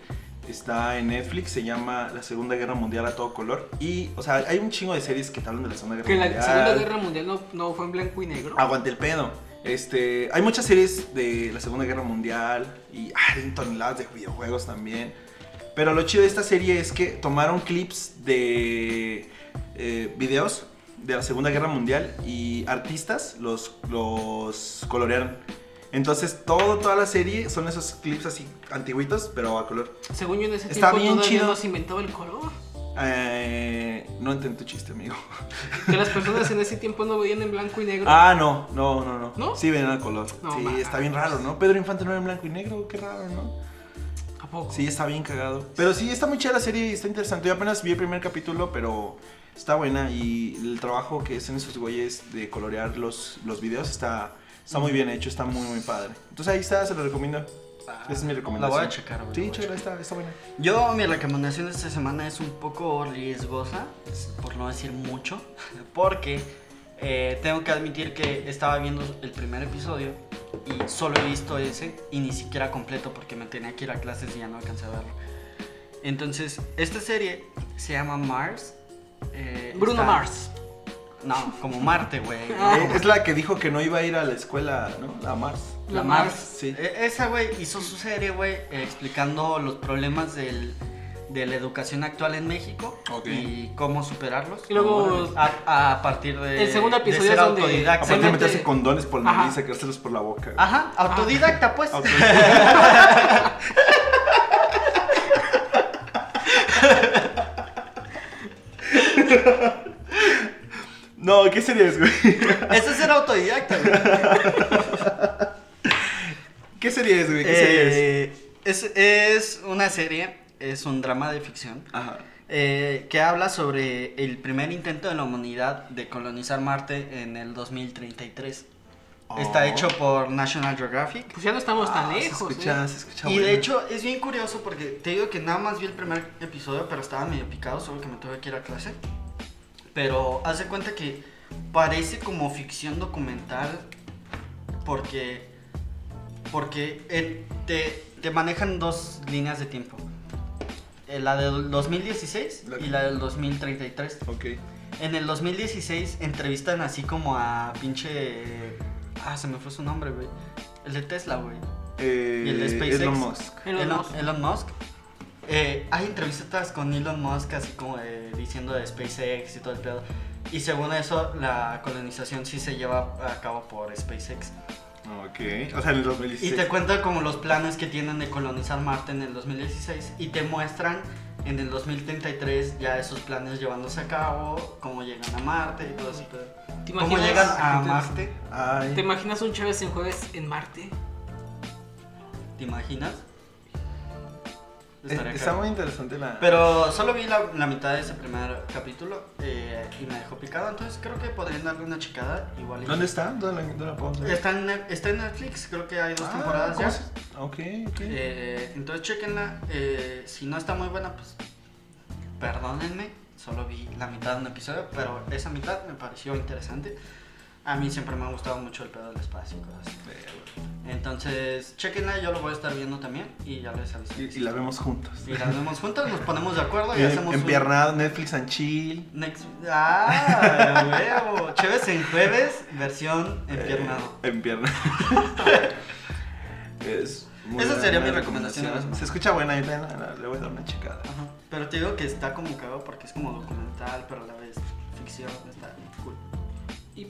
Está en Netflix, se llama La Segunda Guerra Mundial a todo color. Y, o sea, hay un chingo de series que te hablan de la Segunda Guerra Que la Mundial. Segunda Guerra Mundial no, no fue en blanco y negro. Aguante el pedo. Este, hay muchas series de la Segunda Guerra Mundial y ah, hay toneladas de videojuegos también. Pero lo chido de esta serie es que tomaron clips de eh, videos de la Segunda Guerra Mundial y artistas los, los colorearon. Entonces, todo, toda la serie son esos clips así antiguitos, pero a color. Según yo en ese Está tiempo bien todavía chido. no se inventaba el color. Eh, no entiendo tu chiste, amigo. Que las personas en ese tiempo no veían en blanco y negro. Ah, no, no, no, no. ¿No? Sí, ven al color. No sí, mames. está bien raro, ¿no? Pedro Infante no era en blanco y negro, qué raro, ¿no? ¿A poco? Sí, está bien cagado. Pero sí, está muy chida la serie, está interesante. Yo apenas vi el primer capítulo, pero está buena. Y el trabajo que hacen esos güeyes de colorear los, los videos está, está muy bien hecho, está muy, muy padre. Entonces ahí está, se lo recomiendo. Esa es mi recomendación. La voy a checar, güey. la Sí, voy a chévere, está, está buena. Yo, mi recomendación de esta semana es un poco riesgosa, por no decir mucho, porque eh, tengo que admitir que estaba viendo el primer episodio y solo he visto ese y ni siquiera completo porque me tenía que ir a clases y ya no alcancé a verlo. Entonces, esta serie se llama Mars. eh, Bruno está- Mars. No, como Marte, güey. no Ah. Eh, es la que dijo que no iba a ir a la escuela, ¿no? La Mars. La La Mars. Mars. Sí. E- Esa, güey, hizo su serie, güey, eh, explicando los problemas del- de la educación actual en México Ok. y cómo superarlos. Y luego- Órale. a, a partir de. El segundo de episodio ser es donde- A autodidacta. partir de Excelente. meterse condones por la nariz y Ajá. sacárselos por la boca. Ajá, Ah. autodidacta, pues. Ok. No, ¿qué series, güey? Eso es ser autodidacta, güey. ¿Qué series, güey? ¿Qué series? Eh, es, es una serie, es un drama de ficción. Ajá. eh, que habla sobre el primer intento de la humanidad de colonizar Marte en el 2033. Está Oh. hecho por National Geographic. Pues ya no estamos Ah, tan se lejos. escucha, ¿eh? se escucha Y bueno. de hecho es bien curioso porque te digo que nada más vi el primer episodio, pero estaba medio picado, solo que me tuve que ir a clase. Pero haz de cuenta que parece como ficción documental porque porque eh, te, te manejan dos líneas de tiempo. Eh, La del 2016 La- y la del 2033. Ok. En el 2016 entrevistan así como a pinche... Ah, se me fue su nombre, güey. El de Tesla, güey. Eh, ¿Y el de SpaceX? Elon Musk. Elon Elon, Musk. Elon Musk. Eh, hay entrevistas con Elon Musk así como de- diciendo de SpaceX y todo el pedo. Y según eso, la colonización sí se lleva a cabo por SpaceX. Ok. O sea, en el Y 2016. te cuenta como los planes que tienen de colonizar Marte en el 2016 y te muestran en el 2033 ya esos planes llevándose a cabo, cómo llegan a Marte y todo ese pedo. ¿Te ¿Cómo imaginas- llegan a te- Marte? Ay. ¿Te imaginas un Chávez en jueves en Marte? ¿Te imaginas? Es- Estaría está cagado. muy interesante la. Pero solo vi la, la mitad de ese primer capítulo eh, y me dejó picado, entonces creo que podrían darle una checada igual. y- ¿Dónde está? ¿Dónde la, dónde la podemos ver? Está en, Net- está en Netflix, creo que hay dos Ah, temporadas ¿cómo ya. se- Ok, ok. Eh, entonces chequenla, eh, si no está muy buena, pues perdónenme, solo vi la mitad de un episodio, pero esa mitad me pareció interesante. A mí siempre me ha gustado mucho el pedo del espacio y cosas así. Entonces, chequenla, yo lo voy a estar viendo también y ya les aviso. Y, y la vemos juntos. Y las vemos juntas, nos ponemos de acuerdo y Eh, hacemos un- Empiernado, Netflix and chill. Next... Ah, huevo. Chéves en jueves, versión empiernado. Eh, empiernado. es muy Esa buena- sería mi buena recomendación de la semana. Ah, Se escucha buena, y le, le voy a dar una checada. Ajá. Pero te digo que está como cagado porque es como documental, pero a la vez ficción, está cool. ¿Y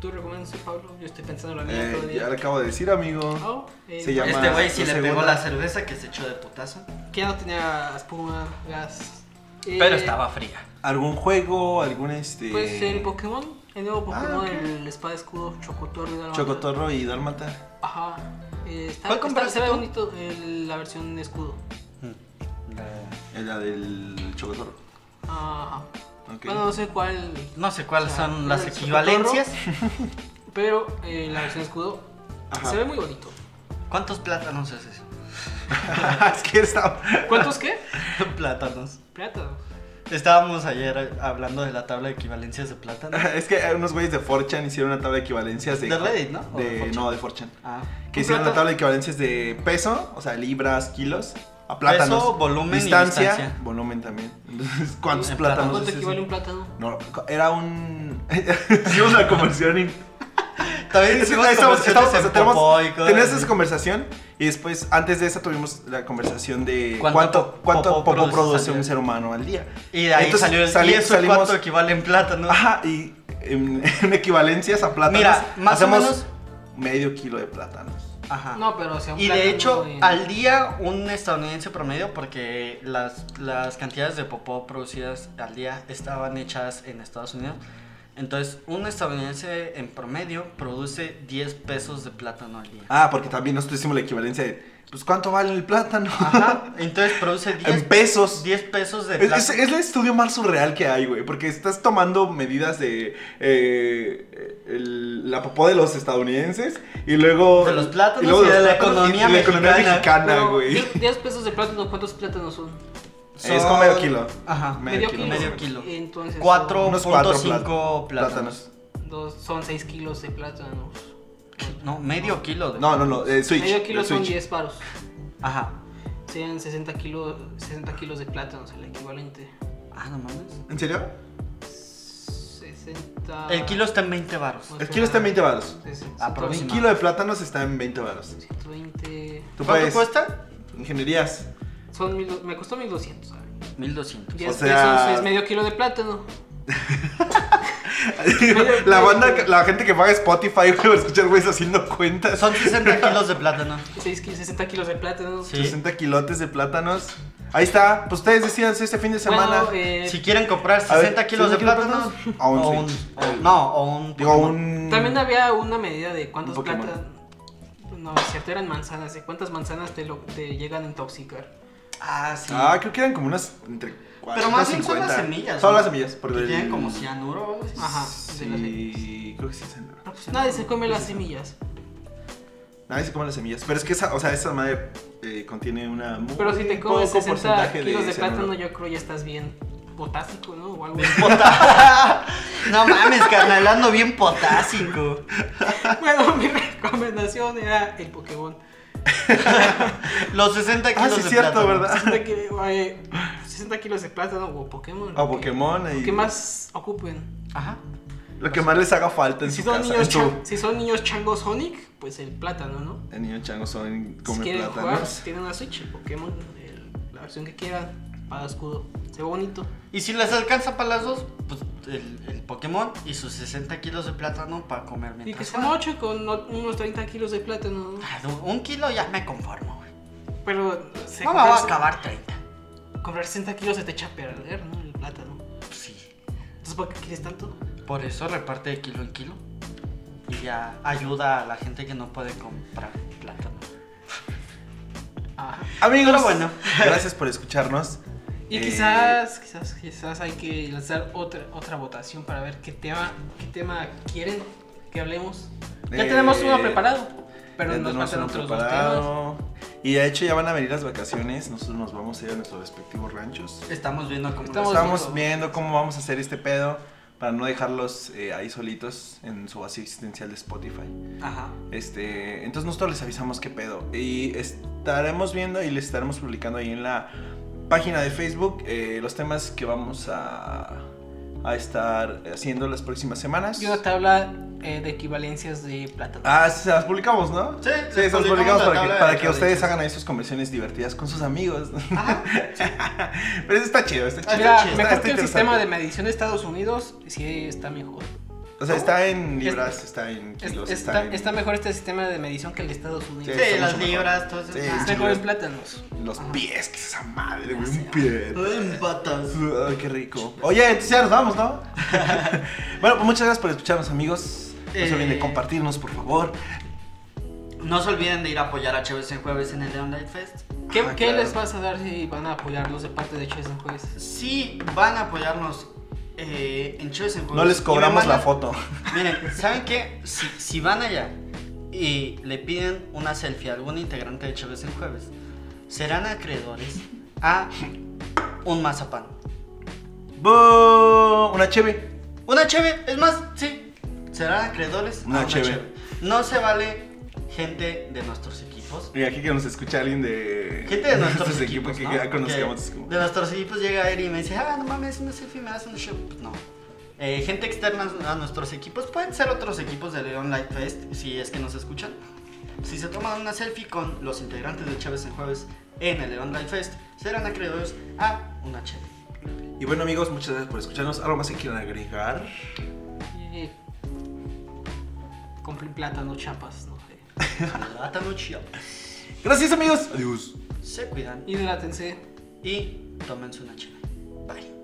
tú recomiendas eso, Pablo? Yo estoy pensando en la mía Eh, todavía. ya le acabo de decir, amigo. Oh, eh, Se llama- Este güey sí la le pegó segunda. la cerveza que se echó de putazo. Que ya no tenía espuma, gas. Eh, fría. ¿Algún juego? ¿Algún este. Pues el Pokémon, el nuevo Pokémon, ok. el espada escudo, Chocotorro. y Dalmata. Chocotorro y Dálmata. Ajá. Eh, está, ¿Cuál está, compraste se ve tú? bonito el- la versión de escudo. Eh, La del Chocotorro. Ajá. Ok. Bueno, no sé cuál, No sé cuáles O sea, son las el equivalencias. pero eh, la versión de escudo Ajá. se ve muy bonito. ¿Cuántos plátanos es eso? es que está. ¿Cuántos qué? plátanos. Plata. Estábamos ayer hablando de la tabla de equivalencias de plátanos. Es que unos güeyes de 4chan hicieron una tabla de equivalencias de. De Reddit, ¿no? ¿O de de- 4chan? no, de 4chan. Ah. Que Un hicieron una plátano. tabla de equivalencias de peso, o sea, libras, kilos, a plátanos. Peso, volumen y distancia, distancia. Volumen también. Entonces, ¿cuántos En plátanos? ¿Cuánto es eso? equivale un plátano? No, era un. Hicimos la conversión. y- También Es que hicimos estamos- estamos- conversiones en tenemos- popó y cosas Tenías así. esa conversación y después, antes de esa, tuvimos la conversación de ¿Cuánto cuánto, po- cuánto popó popó produce produce al día? un ser humano al día. Y de ahí Entonces, salió el sali- y eso salimos- cuánto equivale en plátanos. Ajá, y en, en equivalencias a plátanos. Mira, más o hacemos menos- medio kilo de plátanos. Ajá. No, pero o sea, un Ah. Y de plátano hecho, en- al día un estadounidense promedio, porque las, las cantidades de popó producidas al día estaban hechas en Estados Unidos. Entonces, un estadounidense en promedio produce 10 pesos de plátano al día. Ah, porque también nosotros hicimos la equivalencia de, pues, ¿cuánto vale el plátano? Ajá, entonces produce 10, en pesos. 10 pesos de Es, plátano. es- es el estudio más surreal que hay, güey, porque estás tomando medidas de eh, el- la popó de los estadounidenses y luego... De los plátanos luego y de la economía y de la economía mexicana. mexicana, Pero, güey. 10 pesos de plátano, ¿cuántos plátanos son? es como medio kilo. Ajá, Medio kilo, medio más o kilo. Entonces, Unos cuatro plá- 4.5 plátanos. son- dos- son 6 kilos de plátanos. No, medio kilo. de- No, no, no, eh, Switch. Medio kilo el son Switch. 10 paros. Ajá. Serían 60 kilos, 60 kilos de plátanos, el equivalente. Ah, no mames. ¿En serio? 60. El kilo está en 20 varos. El kilo está en 20 varos. Un Aproxima. Aproximadamente. kilo de plátanos está en 20 varos. 120. Tú ¿Cuánto puedes... cuesta? Ingenierías. Son mil, me costó 1200. ¿sabes? 1200. 10 sea- pesos es medio kilo de plátano. la banda, que- la gente que paga Spotify, güey, va a escuchar güeyes haciendo cuentas. Son 60 kilos de plátano. Seis ki- 60 kilos de plátano. Sí. 60 kilotes de plátanos. Ahí está. Pues ustedes decidan si este fin de semana. Bueno, eh, Si quieren comprar A ver, 60 kilos de 60 plátano kilos de o plátanos, a un un- Switch. o- no, o un digo, Pokémon. un. También había una medida de cuántos Un Pokémon. plátanos. No, es cierto, eran manzanas. ¿De cuántas manzanas te, lo- te llegan a intoxicar? Ah, sí. Ah, creo que eran como unas. Entre 40, Pero más bien son las 50. semillas. Son ¿no? las semillas. Por que el- tienen como cianuro o algo así. Ajá, de las Sí, creo que sí. se- No, pues nadie se come las semillas. Nadie se come las semillas. Pero es que esa, o sea, esa madre eh, contiene una. muy Pero si te comes poco 60 porcentaje kilos de, cianuro. plátano, yo creo ya estás bien potásico, ¿no? O algo Pota- no mames, carnal, ando bien potásico. Bueno, mi recomendación era el Pokémon. Los 60 Ah, kilos sí, de cierto, plátano. ¿verdad? 60, kilo- eh, 60 kilos de plátano o Pokémon. O Pokémon. y- Lo que más ocupen. Ajá. Lo que más les haga falta en Si su son, casa. niños En su. chan- si son niños chango Sonic, pues el plátano, ¿no? El niño chango son. si Come quieren plátanos. jugar, tienen una Switch, el Pokémon, el- la versión que quieran. Espada escudo. Se ve bonito. Y si les alcanza para las dos, pues el, el Pokémon y sus 60 kilos de plátano para comer Y que mientras. son 8 con o- unos 30 kilos de plátano. Ah, du- Un kilo ya me conformo, güey. Pero se No me voy a acabar 30. comprar 60 kilos se te echa a perder, ¿no? El plátano. Sí. Entonces, ¿para qué quieres tanto? Por eso reparte de kilo en kilo. Y ya ayuda a la gente que no puede comprar plátano. Ajá. Amigos, Pero bueno. gracias por escucharnos. Y Eh, quizás, quizás, quizás hay que lanzar otra, otra votación para ver qué tema, qué tema quieren que hablemos. Ya Eh, tenemos uno preparado, pero ya nos tenemos faltan uno otros dos preparado. Y de hecho ya van a venir las vacaciones. Nosotros nos vamos a ir a nuestros respectivos ranchos. Estamos viendo cómo Estamos- Estamos viendo- viendo cómo vamos a hacer este pedo para no dejarlos eh, ahí solitos en su vacío existencial de Spotify. Ajá. Este, entonces nosotros les avisamos qué pedo. Y estaremos viendo y les estaremos publicando ahí en la página de Facebook eh, los temas que vamos a, a estar haciendo las próximas semanas. temas. Y una tabla eh, de equivalencias de plátano. Ah, sí, se las publicamos, ¿no? Sí, les se las publicamos publicamos la para que, tabla de para que ustedes equivalencias. hagan ahí sus conversiones divertidas con sus amigos. Ajá. Pero eso está chido, Ah, está chido. Mira, Está- mejor está que el interesante. sistema de medición de Estados Unidos, sí está mejor. O sea, está en libras, está en Es- kilos, está, está, en está mejor este sistema de medición que el de Estados Unidos. Sí, Sí, está las mucho mejor. libras, todo eso. Sí, Ah, Está mejor en plátanos. los Ajá. pies, que es esa madre, güey, un pie. En patas. Ay, qué rico. Oye, entonces ya nos vamos, ¿no? bueno, pues muchas gracias por escucharnos, amigos. No se olviden de Eh. compartirnos, por favor. No se olviden de ir a apoyar a Chévez en jueves en el Leon Light Fest. ¿Qué, Ah, qué claro. les vas a dar si van a apoyarlos de parte de Chess and Juez? Si van a apoyarnos eh, en Chévez en jueves. No les y me cobramos la mandan- foto. Miren, ¿saben qué? Si, si van allá y le piden una selfie a algún integrante de Chévez en jueves, serán acreedores a un mazapán. ¡Bú! Una cheve. Una cheve, es más, sí. Serán acreedores Una a una cheve. cheve. No se vale gente de nuestros equipos. Y aquí que nos escucha alguien de. este Gente de nuestros equipos, que ¿no? ya conozcamos. Porque es como- De nuestros equipos llega Eri y me dice, ah, no mames, una selfie, me das un show. Pues no. Eh, gente externa a nuestros equipos, pueden ser otros equipos de León Light Fest, si es que nos escuchan. Si se toman una selfie con los integrantes de Chávez en Jueves en el León Light Fest, serán acreedores a una cheve. Y bueno, amigos, muchas gracias por escucharnos. ¿Algo más que quieran agregar? Eh, Compren plátano, chapas, no sé. Plátano chido. Gracias, amigos. Adiós. Se cuidan Hidrátense. y tómense una cheve. Bye.